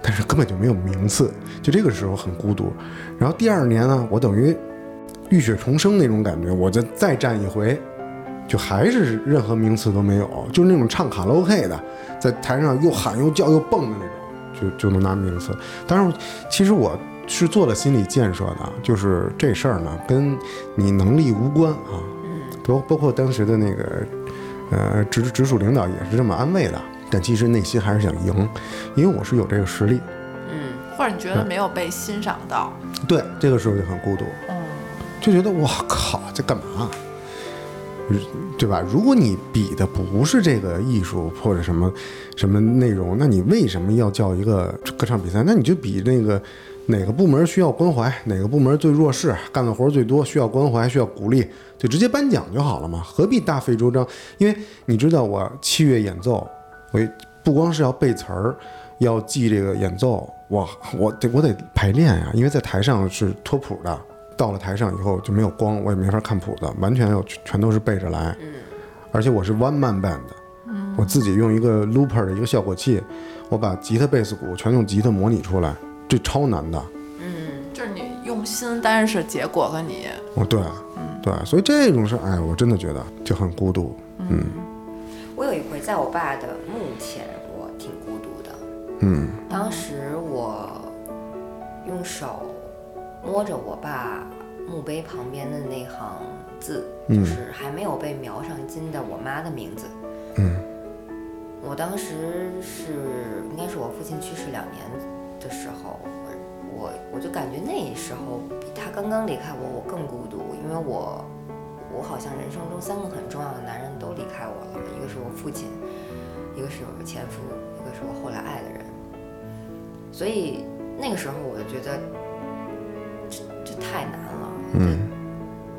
但是根本就没有名次，就这个时候很孤独。然后第二年呢，我等于浴血重生那种感觉，我就再战一回，就还是任何名次都没有，就是那种唱卡拉 OK 的，在台上又喊又叫又蹦的那种，就就能拿名次。当然，其实我是做了心理建设的，就是这事儿呢跟你能力无关啊，包包括当时的那个呃直直属领导也是这么安慰的，但其实内心还是想赢，因为我是有这个实力。
嗯，
或者你觉得没有被欣赏到，
对，这个时候就很孤独，就觉得哇靠，这干嘛？啊对吧？如果你比的不是这个艺术或者什么什么内容，那你为什么要叫一个歌唱比赛？那你就比那个哪个部门需要关怀，哪个部门最弱势，干的活最多，需要关怀，需要鼓励，就直接颁奖就好了嘛，何必大费周章？因为你知道，我器乐演奏，我不光是要背词儿，要记这个演奏，我我得我得排练呀、因为在台上是托谱的。到了台上以后就没有光，我也没法看谱子，完全有全都是背着来。而且我是 one man band，我自己用一个 looper 的一个效果器，我把吉他、贝斯、鼓全用吉他模拟出来，这超难的。
就是你用心，但是结果跟你
哦，对，对，所以这种事儿，哎，我真的觉得就很孤独。嗯
我有一回在我爸的墓前，我挺孤独的。
嗯
当时我用手摸着我爸墓碑旁边的那行字，就是还没有被描上金的我妈的名字。
嗯
我当时是应该是我父亲去世两年的时候，我我就感觉那时候比他刚刚离开我，我更孤独，因为我我好像人生中三个很重要的男人都离开我了，一个是我父亲，一个是我前夫，一个是我后来爱的人。所以那个时候我就觉得这这太难了，
嗯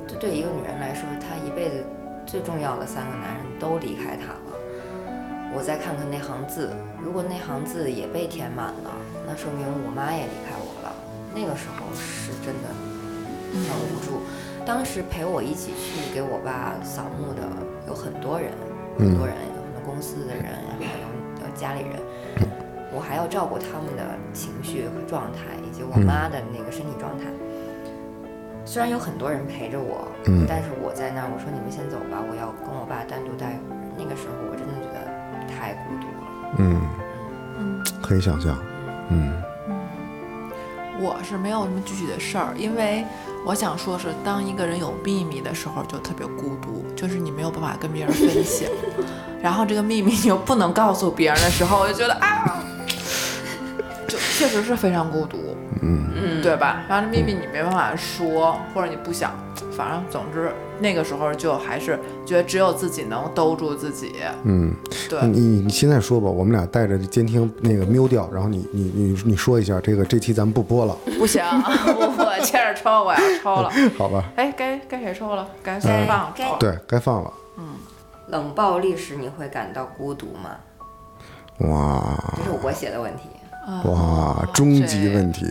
这对一个女人来说，她一辈子最重要的三个男人都离开她了。我再看看那行字，如果那行字也被填满了，那说明我妈也离开我了。那个时候是真的很无助。当时陪我一起去给我爸扫墓的有很多人，很多人，有很多公司的人，然后有有家里人，我还要照顾他们的情绪和状态，以及我妈的那个身体状态。虽然有很多人陪着我，
嗯
但是我在那儿，我说你们先走吧，我要跟我爸单独待一会儿。那个时候我真的觉得太孤独了，
嗯，可以想象，嗯
我是没有什么具体的事儿，因为我想说是，当一个人有秘密的时候，就特别孤独，就是你没有办法跟别人分享，然后这个秘密你又不能告诉别人的时候，我就觉得啊，就确实是非常孤独，嗯，对吧？然后这秘密你没办法说，或者你不想，反正总之那个时候就还是觉得只有自己能兜住自己，
嗯，
对，
你你现在说吧，我们俩带着监听那个 mute 掉，然后你你你你说一下这个这期咱们不播了，
不行，我我接着抽，我要抽了。
好吧？
哎，该该谁抽了？该谁放抽了？
对该放了，
冷暴力时你会感到孤独吗？
哇
这是我写的问题。
哇，终极
这
问题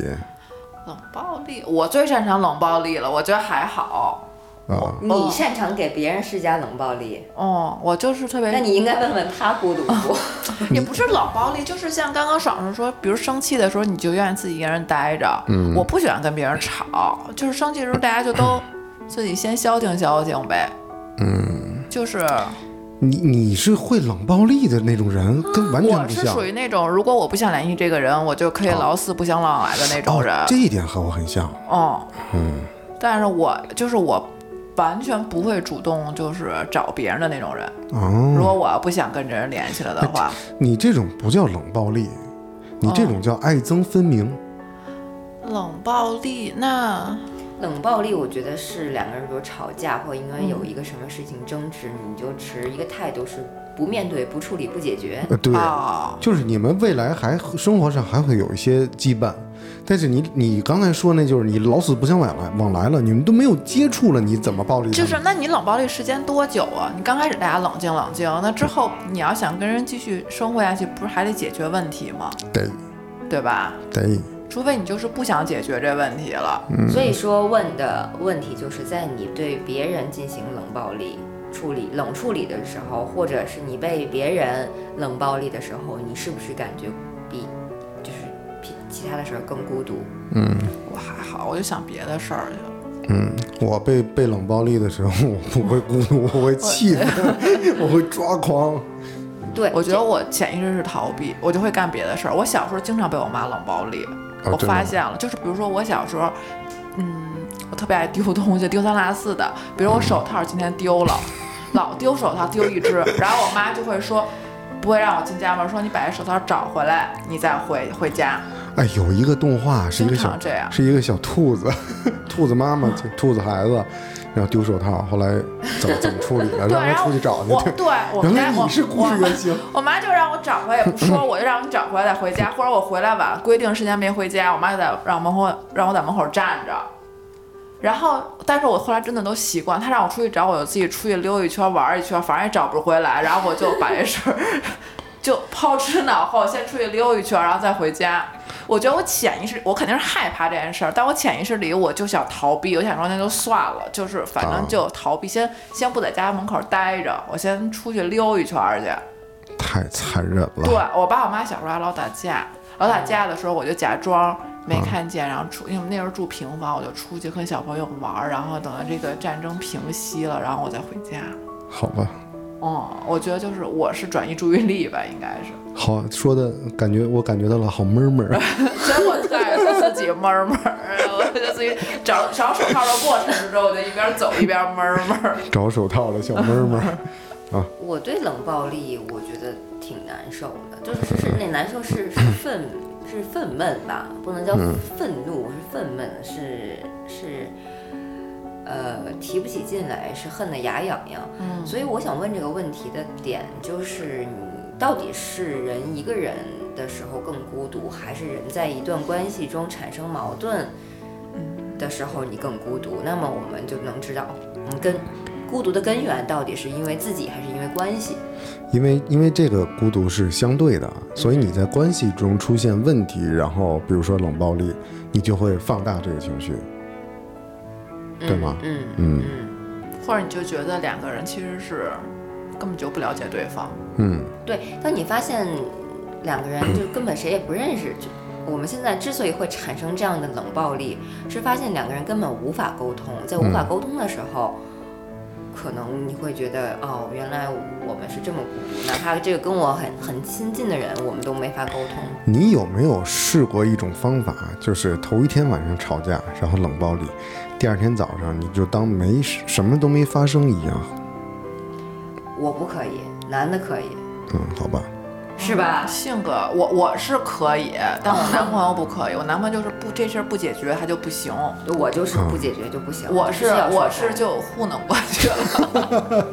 冷暴力，我最擅长冷暴力了，我觉得还好。
啊！
你擅长给别人施加冷暴力，
哦，我就是特别，
那你应该问问他孤独不？
也不是冷暴力，就是像刚刚爽爽说，比如生气的时候，你就愿意自己一个人待着。嗯，我不喜欢跟别人吵，就是生气的时候，大家就 都自己先消停消停呗。嗯，就是
你你是会冷暴力的那种人，跟完全
我
不
是
像啊
属。于那种，如果我不想联系这个人，我就可以老死不相往来的那种人。
哦这一点和我很像，
哦，嗯，但是我就是我，完全不会主动就是找别人的那种人。如
哦，
果我不想跟这人联系了的话，
你这种不叫冷暴力，你这
哦
种叫爱憎分明。
冷暴力那
冷暴力，我觉得是两个人比如吵架，或因为有一个什么事情争执，你就持一个态度是不面对、不处理、不解决。
呃，对，
哦，
就是你们未来还生活上还会有一些羁绊，但是你你刚才说那就是你老死不相往来往来了，你们都没有接触了，你怎么暴力？
就是那你冷暴力时间多久啊？你刚开始大家冷静冷静，那之后你要想跟人继续生活下去，不是还得解决问题吗？
得
对吧？
得，
除非你就是不想解决这问题了，
所以说，问的问题就是在你对别人进行冷暴力处理、冷处理的时候，或者是你被别人冷暴力的时候，你是不是感觉比就是比其他的时候更孤独？
我还好，我就想别的事儿去了。
嗯，我被被冷暴力的时候，我不会孤独，我会气愤， 我会抓狂。
对，
我觉得我潜意识是逃避，我就会干别的事儿。我小时候经常被我妈冷暴力，我
哦真的
发
吗
现了，就是比如说我小时候，嗯，我特别爱丢东西，丢三落四的，
嗯
比如我手套今天丢了，老丢手套丢一只，然后我妈就会说。不会让我进家门，说你把这手套找回来，你再回回家。
哎，有一个动画是一个
经
小
常这样
是一个小兔子， 兔子妈妈、 就兔子孩子，然后丢手套，后来怎 么怎么处理的，
对，
让
然
他
后
出去找去
我。对我
原
们
来
家
你
我
是故事原型，
我妈就让我找回来，也不说，我就让你找回来再回家，或者我回来晚，规定时间没回家，我妈就在让门口让我在门口站着。然后，但是我后来真的都习惯，她让我出去找，我就自己出去溜一圈玩一圈，反正也找不回来，然后我就把这事儿就抛之脑后，先出去溜一圈，然后再回家。我觉得我潜意识，我肯定是害怕这件事儿，但我潜意识里我就想逃避，我想说那就算了，就是反
啊
正就逃避，先先不在家门口待着，我先出去溜一圈儿去。
太残忍了。
对我爸我妈小时候还老打架，老打架的时候我就假装没看见，然后出，因为我们那时候住平房，我就出去跟小朋友玩儿，然后等到这个战争平息了，然后我再回家。
好吧，
哦、我觉得就是我是转移注意力吧，应该是，
好说的感觉，我感觉到了，好闷闷儿。
所以我特爱说自己闷儿闷儿，我就自己找找手套的过程之中，我就一边走一边闷儿闷儿。
找手套的小闷闷 儿。
我对冷暴力，我觉得挺难受的，就是是那难受是是愤是愤懑吧，不能叫愤怒，是愤懑，是是，呃提不起劲来，是恨得牙痒痒。嗯，所以我想问这个问题的点就是，你到底是人一个人的时候更孤独，还是人在一段关系中产生矛盾的时候你更孤独？那么我们就能知道，嗯，跟孤独的根源到底是因为自己还是因为关系？
因为因为这个孤独是相对的，所以你在关系中出现问题，然后比如说冷暴力，你就会放大这个情绪，对吗？
嗯
嗯
或者你就觉得两个人其实是根本就不了解对方，
嗯，
对，当你发现两个人就根本谁也不认识，就我们现在之所以会产生这样的冷暴力，是发现两个人根本无法沟通，在
嗯
无法沟通的时候。可能你会觉得哦，原来我们是这么孤独，哪怕这个跟我很很亲近的人，我们都没法沟通。
你有没有试过一种方法，就是头一天晚上吵架，然后冷暴力，第二天早上你就当没事什么都没发生一样？
我不可以，男的可以，
嗯，好吧，
是吧？
性格我我是可以，但我男朋友不可以，我男朋友就是不这事儿不解决他就不行，
我就是不解决就不行。
我
是
是
要
我
说
是
开
就糊弄过去了。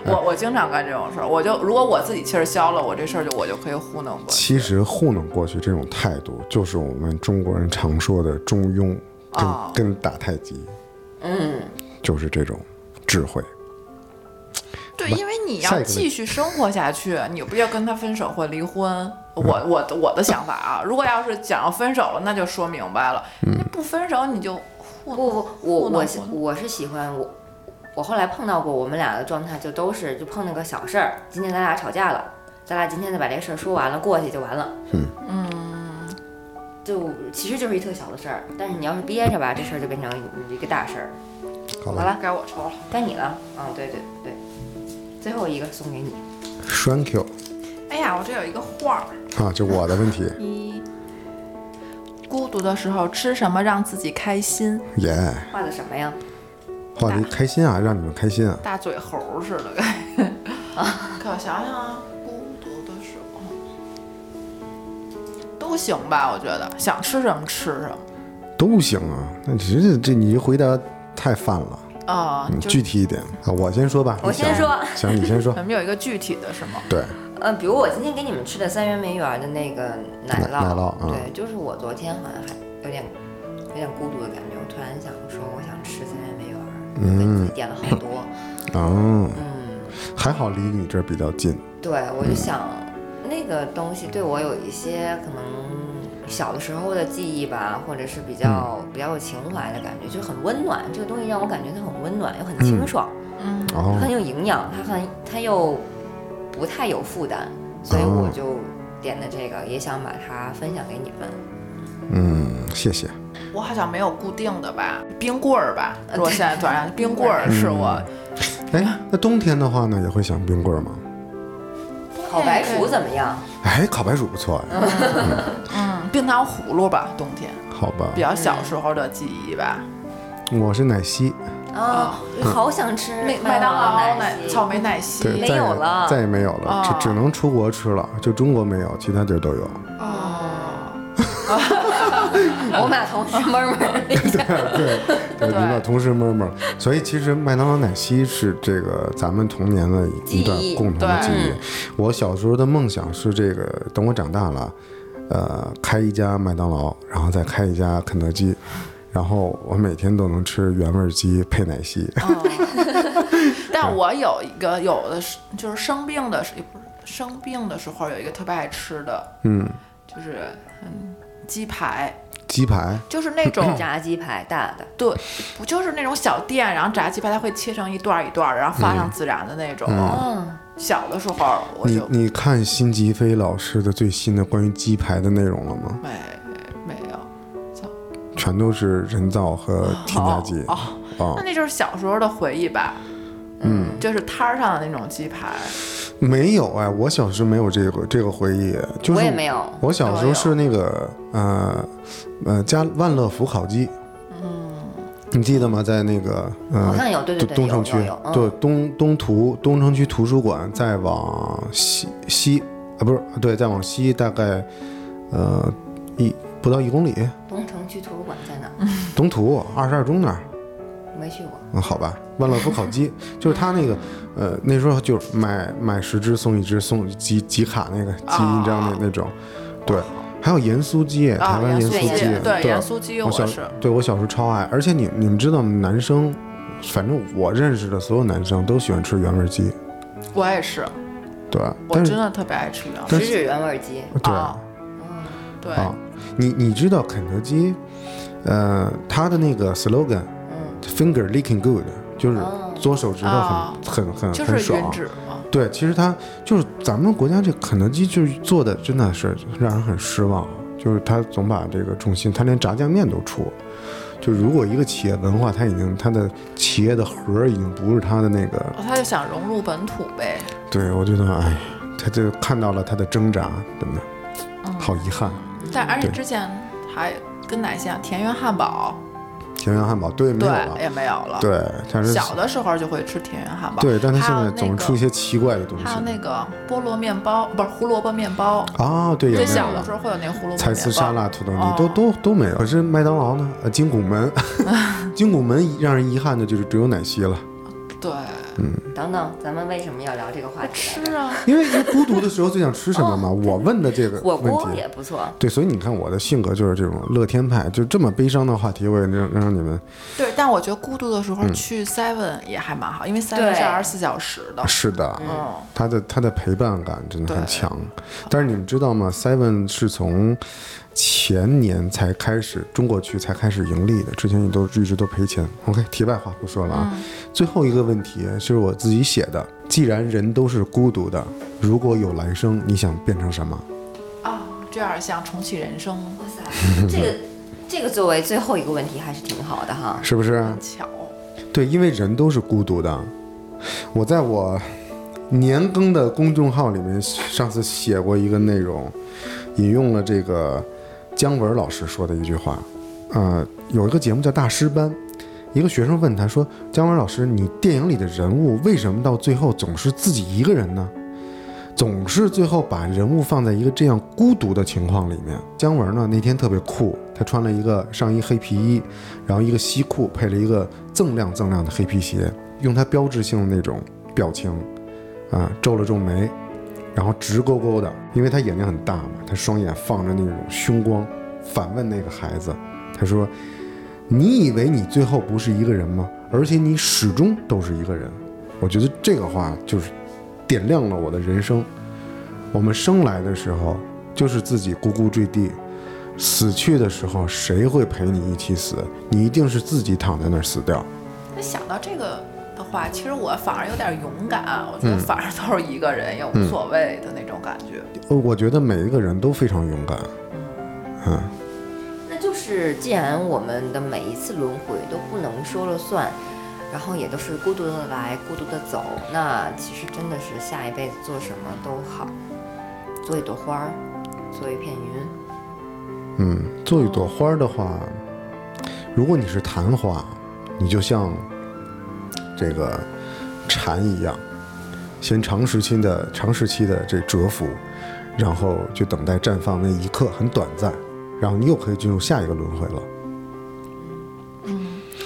我我经常干这种事儿，我就如果我自己气儿消了，我这事儿就我就可以糊弄过去。
其实糊弄过去这种态度，就是我们中国人常说的中庸，跟、
哦
跟打太极，
嗯，
就是这种智慧。
对，因为你
下一
要
个问题
继续生活下去，你不要跟他分手或离婚。我
嗯
我的我的想法啊，如果要是想要分手了，那就说明白了。
嗯
那不分手你就糊
不
弄
不，我
糊弄
我是
糊弄
我是喜欢我，我后来碰到过我们俩的状态，就都是就碰那个小事儿，今天咱俩吵架了，咱俩今天再把这事儿说完了，过去就完了。嗯就其实就是一特小的事儿，但是你要是憋着吧，这事儿就变成一个大事儿。好
好吧
了，
该我抽了。
该你了。嗯，对对对，最后一个送给你。
，thank you
哎呀，我这有一个画儿。
啊，就我的问题，
一，孤独的时候吃什么让自己开心？
耶、
画的什么呀？
话题开心啊，让你们开心啊，
大嘴猴儿似 的，可我想想啊，孤独的时候都行吧，我觉得想吃什么吃什么
都行啊。那其实这你回答太泛了，
啊、
你
就
具体一点啊。我先说吧，
我
你想
先说
行，你先说
咱。们有一个具体的是吗？
对，
呃，比如我今天给你们吃的三元梅园的那个奶酪，
奶奶酪嗯
对，就是我昨天好像还有点有点孤独的感觉，我突然想说我想吃三元梅园，我给自己点了好多，
嗯，
嗯，
还好离你这儿比较近。
对，我
嗯
就想那个东西对我有一些可能小的时候的记忆吧，或者是比较、
嗯
比较有情怀的感觉，就很温暖。这个东西让我感觉它很温暖，又很清爽，
嗯，
哦
它，很有营养，它很它又不太有负担，所以我
哦
就点的这个，也想把它分享给你们。
嗯，谢谢。
我好像没有固定的吧，冰棍儿吧，如果现在转 让冰棍儿是我
哎，那冬天的话呢，也会想冰棍儿吗？
烤白薯怎么样？啊
哎，烤白薯不错哎，
嗯冰糖葫芦吧，冬天
好吧
比。较小时候的记忆吧，
我是奶昔，
啊，好想吃
哦麦
麦
麦当劳奶
奶昔
草莓 奶昔，
对，
没
再
有
也
了
再也没有了，
哦
只只能出国吃了，就中国没有，其他地儿都有。
我们俩同 时闷闷儿 一下。
对，对，你把同事闷闷。所以其实麦当劳奶昔是这个咱们童年的一段
记忆
共同的记
对
忆。我小时候的梦想是这个，等我长大了，呃，开一家麦当劳，然后再开一家肯德基。然后我每天都能吃原味鸡配奶昔，
哦但我有一个有的是就是生病的时，也不是生病的时候有一个特别爱吃的，嗯，就是嗯鸡排，
鸡排
就是那种
嗯
炸鸡排大的，
对，不就是那种小店，然后炸鸡排它会切成一段儿一段儿，然后放上孜然的那种。
嗯，
小的时候我
你
就
你看辛吉飞老师的最新的关于鸡排的内容了吗？
没没有，
全都是人造和添加剂
哦
啊、
那那就是小时候的回忆吧。嗯，就是摊儿上的那种鸡排，
没有哎，我小时候没有这个这个回忆，就是
我也没有。
我小时候是那个呃呃家万乐福烤鸡，嗯，你记得吗？在那个
好
呃
像有，对对
东
对，
东
有
城区
有有，，
对
嗯，
东东图东城区图书馆，再往西西啊不是对，再往西大概呃一不到一公里，
东城区图书馆在哪儿？
东图二十二中那儿，
没去过。
嗯，好吧，万乐福烤鸡 就是他那个，呃，那时候就是买买十只送一只，送集集卡那个集
啊
印章那那种，对，还有盐酥鸡，台湾
哦盐
酥
酥
鸡
啊
啊
鸡，
对
对盐酥鸡
我
我
小
是
对我小时候超爱，而且你你们知道，男生，反正我认识的所有男生都喜欢吃原味鸡，
我也是，
对，
我
但
真
是
的特别爱吃羊
但
食
是
指原味鸡，
对
啊，对，
啊，你你知道肯德基，呃，它的那个 slogan，finger
嗯
licking good，就是左手指头很、
啊
很很
哦就
嗯很
是
爽
吮，指嘛，
对，其实它就是咱们国家这肯德基就是做的真的是让人很失望，就是它总把这个重心，它连炸酱面都出。就如果一个企业文化，它已经它的企业的核儿已经不是它的那个，
哦他就想融入本土呗，
对我觉得哎，它就看到了它的挣扎，真的
嗯
好遗憾。
但而且
对
之前还跟哪些啊田园汉堡，
田园汉堡对没有
对
了，，
也没有了，
对，但是
小的时候就会吃田园汉堡，
对，但它现
还
在
有那
总是
个
出一些奇怪的东西
还有那个菠萝面包，不是胡萝卜面包，
啊，对，也
最
没有
小的时
了。
候会有那个胡萝卜面包
彩丝沙拉、土豆泥
哦
都都都没有，可是麦当劳呢？呃，金 拱门，金拱门让人遗憾的就是只有奶昔了，
对，
嗯
等等，咱们为什么要聊这个话题来着？
是啊，
因为因为孤独的时候最想吃什么嘛。我问的这个
哦火
问
锅
题
也，不错，
对，所以你看我的性格就是这种乐天派，就这么悲伤的话题，我也让让你们
对，但我觉得孤独的时
嗯
候去 Seven 也还蛮好，因为 Seven
对
是二十四小时的，
啊是的，他的他的陪伴感真的很强。但是你们知道吗？Seven 是从前年才开始，中国区才开始盈利的，之前也都一直都赔钱。OK，题外话不说了啊。最后一个问题是我自己写的：既然人都是孤独的，如果有来生，你想变成什么？
啊，这样像重启人生
哇塞，这 个这个作为最后一个问题还是挺好的哈。
是不是？
巧，
对，因为人都是孤独的。我在我年更的公众号里面，上次写过一个内容，引用了这个姜文老师说的一句话。呃，有一个节目叫《大师班》，一个学生问他说：“姜文老师，你电影里的人物为什么到最后总是自己一个人呢？总是最后把人物放在一个这样孤独的情况里面。”姜文呢那天特别酷，他穿了一个上衣黑皮衣，然后一个西裤配了一个锃亮锃亮的黑皮鞋，用他标志性的那种表情，啊，皱了皱眉，然后直勾勾的，因为他眼睛很大嘛，他双眼放着那种凶光，反问那个孩子，他说：“你以为你最后不是一个人吗？而且你始终都是一个人。”我觉得这个话就是点亮了我的人生。我们生来的时候就是自己咕咕坠地，死去的时候，谁会陪你一起死？你一定是自己躺在那儿死掉。
那想到这个的话，其实我反而有点勇敢，啊我
嗯
觉得反而都是一个人也无所谓的那种感觉。
呃我觉得每一个人都非常勇敢。
那就是，既然我们的每一次轮回都不能说了算，然后也都是孤独的来，孤独的走，那其实真的是下一辈子做什么都好，做一朵花儿，做一片云，
嗯，做一朵花儿的话，如果你是昙花，你就像这个蝉一样，先长时期的长时期的这蛰伏，然后就等待绽放那一刻，很短暂，然后你又可以进入下一个轮回了。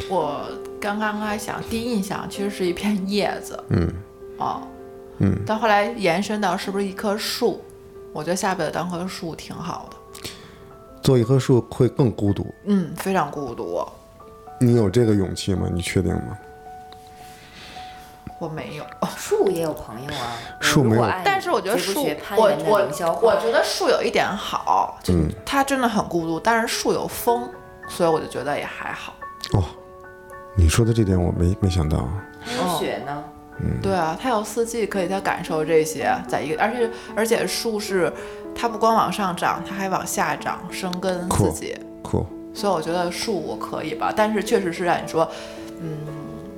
我刚刚还想第一印象其实是一片叶子，
嗯，
哦，
嗯，
但后来延伸到是不是一棵树，我觉得下辈子当棵树挺好的，
做一棵树会更孤独，
嗯，非常孤独，
你有这个勇气吗？你确定吗？
我没有。哦
树也有朋友啊。
树没有
如果爱你
但是我觉得
绝不
树
绝，攀
我
援的
我
凌霄花
我觉得树有一点好，就
嗯
它真的很孤独，但是树有风，所以我就觉得也还好。
哦，你说的这点我没没想到。啊
还有雪呢，
对啊，它有四季，可以它感受这些，在一个，而且而且树是它不光往上长，它还往下长，生根
酷
自己。
酷，
所以我觉得树我可以吧，但是确实是让你说，嗯，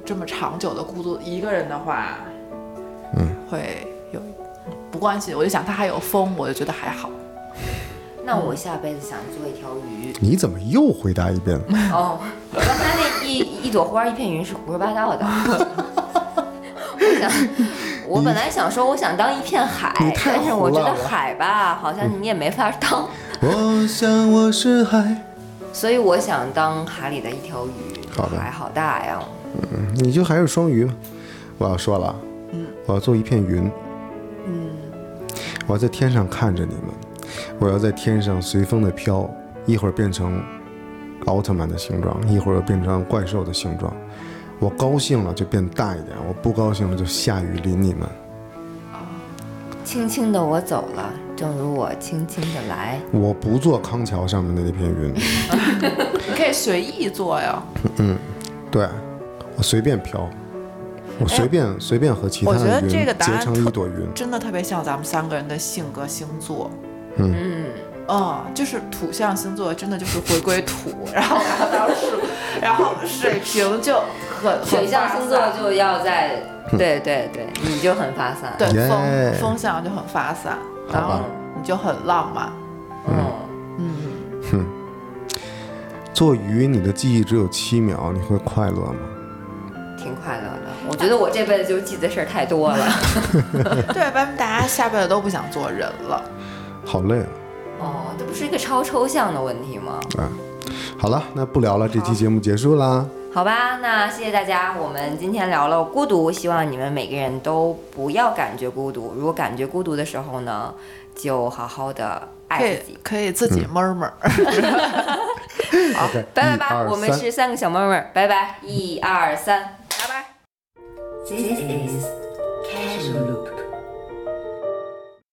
这么长久的孤独一个人的话，嗯，会有不关系。我就想它还有风，我就觉得还好。
那
嗯
我下辈子想做一条鱼。
你怎么又回答一遍？
哦，我刚才那一一朵花一片云是胡说八道的。我想，我本来想说我想当一片海
你太，
但是我觉
胡
得
乱了嗯
海吧，好像你也没法当，
我想我是海。
所以我想当海里的一条鱼。
好的
海好大呀，
嗯，你就还是双鱼吧。我要说了，啊我要做一片云，嗯，我要在天上看着你们，我要在天上随风的飘，一会儿变成奥特曼的形状，一会儿又变成怪兽的形状。我高兴了就变大一点，我不高兴了就下雨淋你们。
轻轻的我走了，正如我轻轻的来。
我不做康桥上面的那片云，
你可以随意做呀。
对我随便飘，我随便、随便和其他
哎我觉
的
得
云
这个答
结
案
成
特
一朵云。
真的特别像咱们三个人的性格星座。
嗯，
嗯，就是土象星座真的就是回归土，然后然后到水，然后水瓶就很
水象
很
星
发
座
散
就要在，
嗯
对对对，你就很发散。，
对
耶
风风象就很发散，然
好吧
后你就很浪漫。
嗯，
做鱼，你的记忆只有七秒，你会快乐吗？
挺快乐的。我觉得我这辈子就记得事儿太多了。
对，咱们大家下辈子都不想做人了。
好累啊！
哦，这不是一个超抽象的问题吗？
好了，那不聊了，这期节目结束啦。
好吧，那谢谢大家，我们今天聊了孤独，希望你们每个人都不要感觉孤独。如果感觉孤独的时候呢，就好好的
可
爱自
以
己。
可以自己闷儿闷儿。
好，拜拜
一
拜，
二
我们
三
是三个小妹妹儿，拜拜，一二三，拜拜。
This is Casual Loop.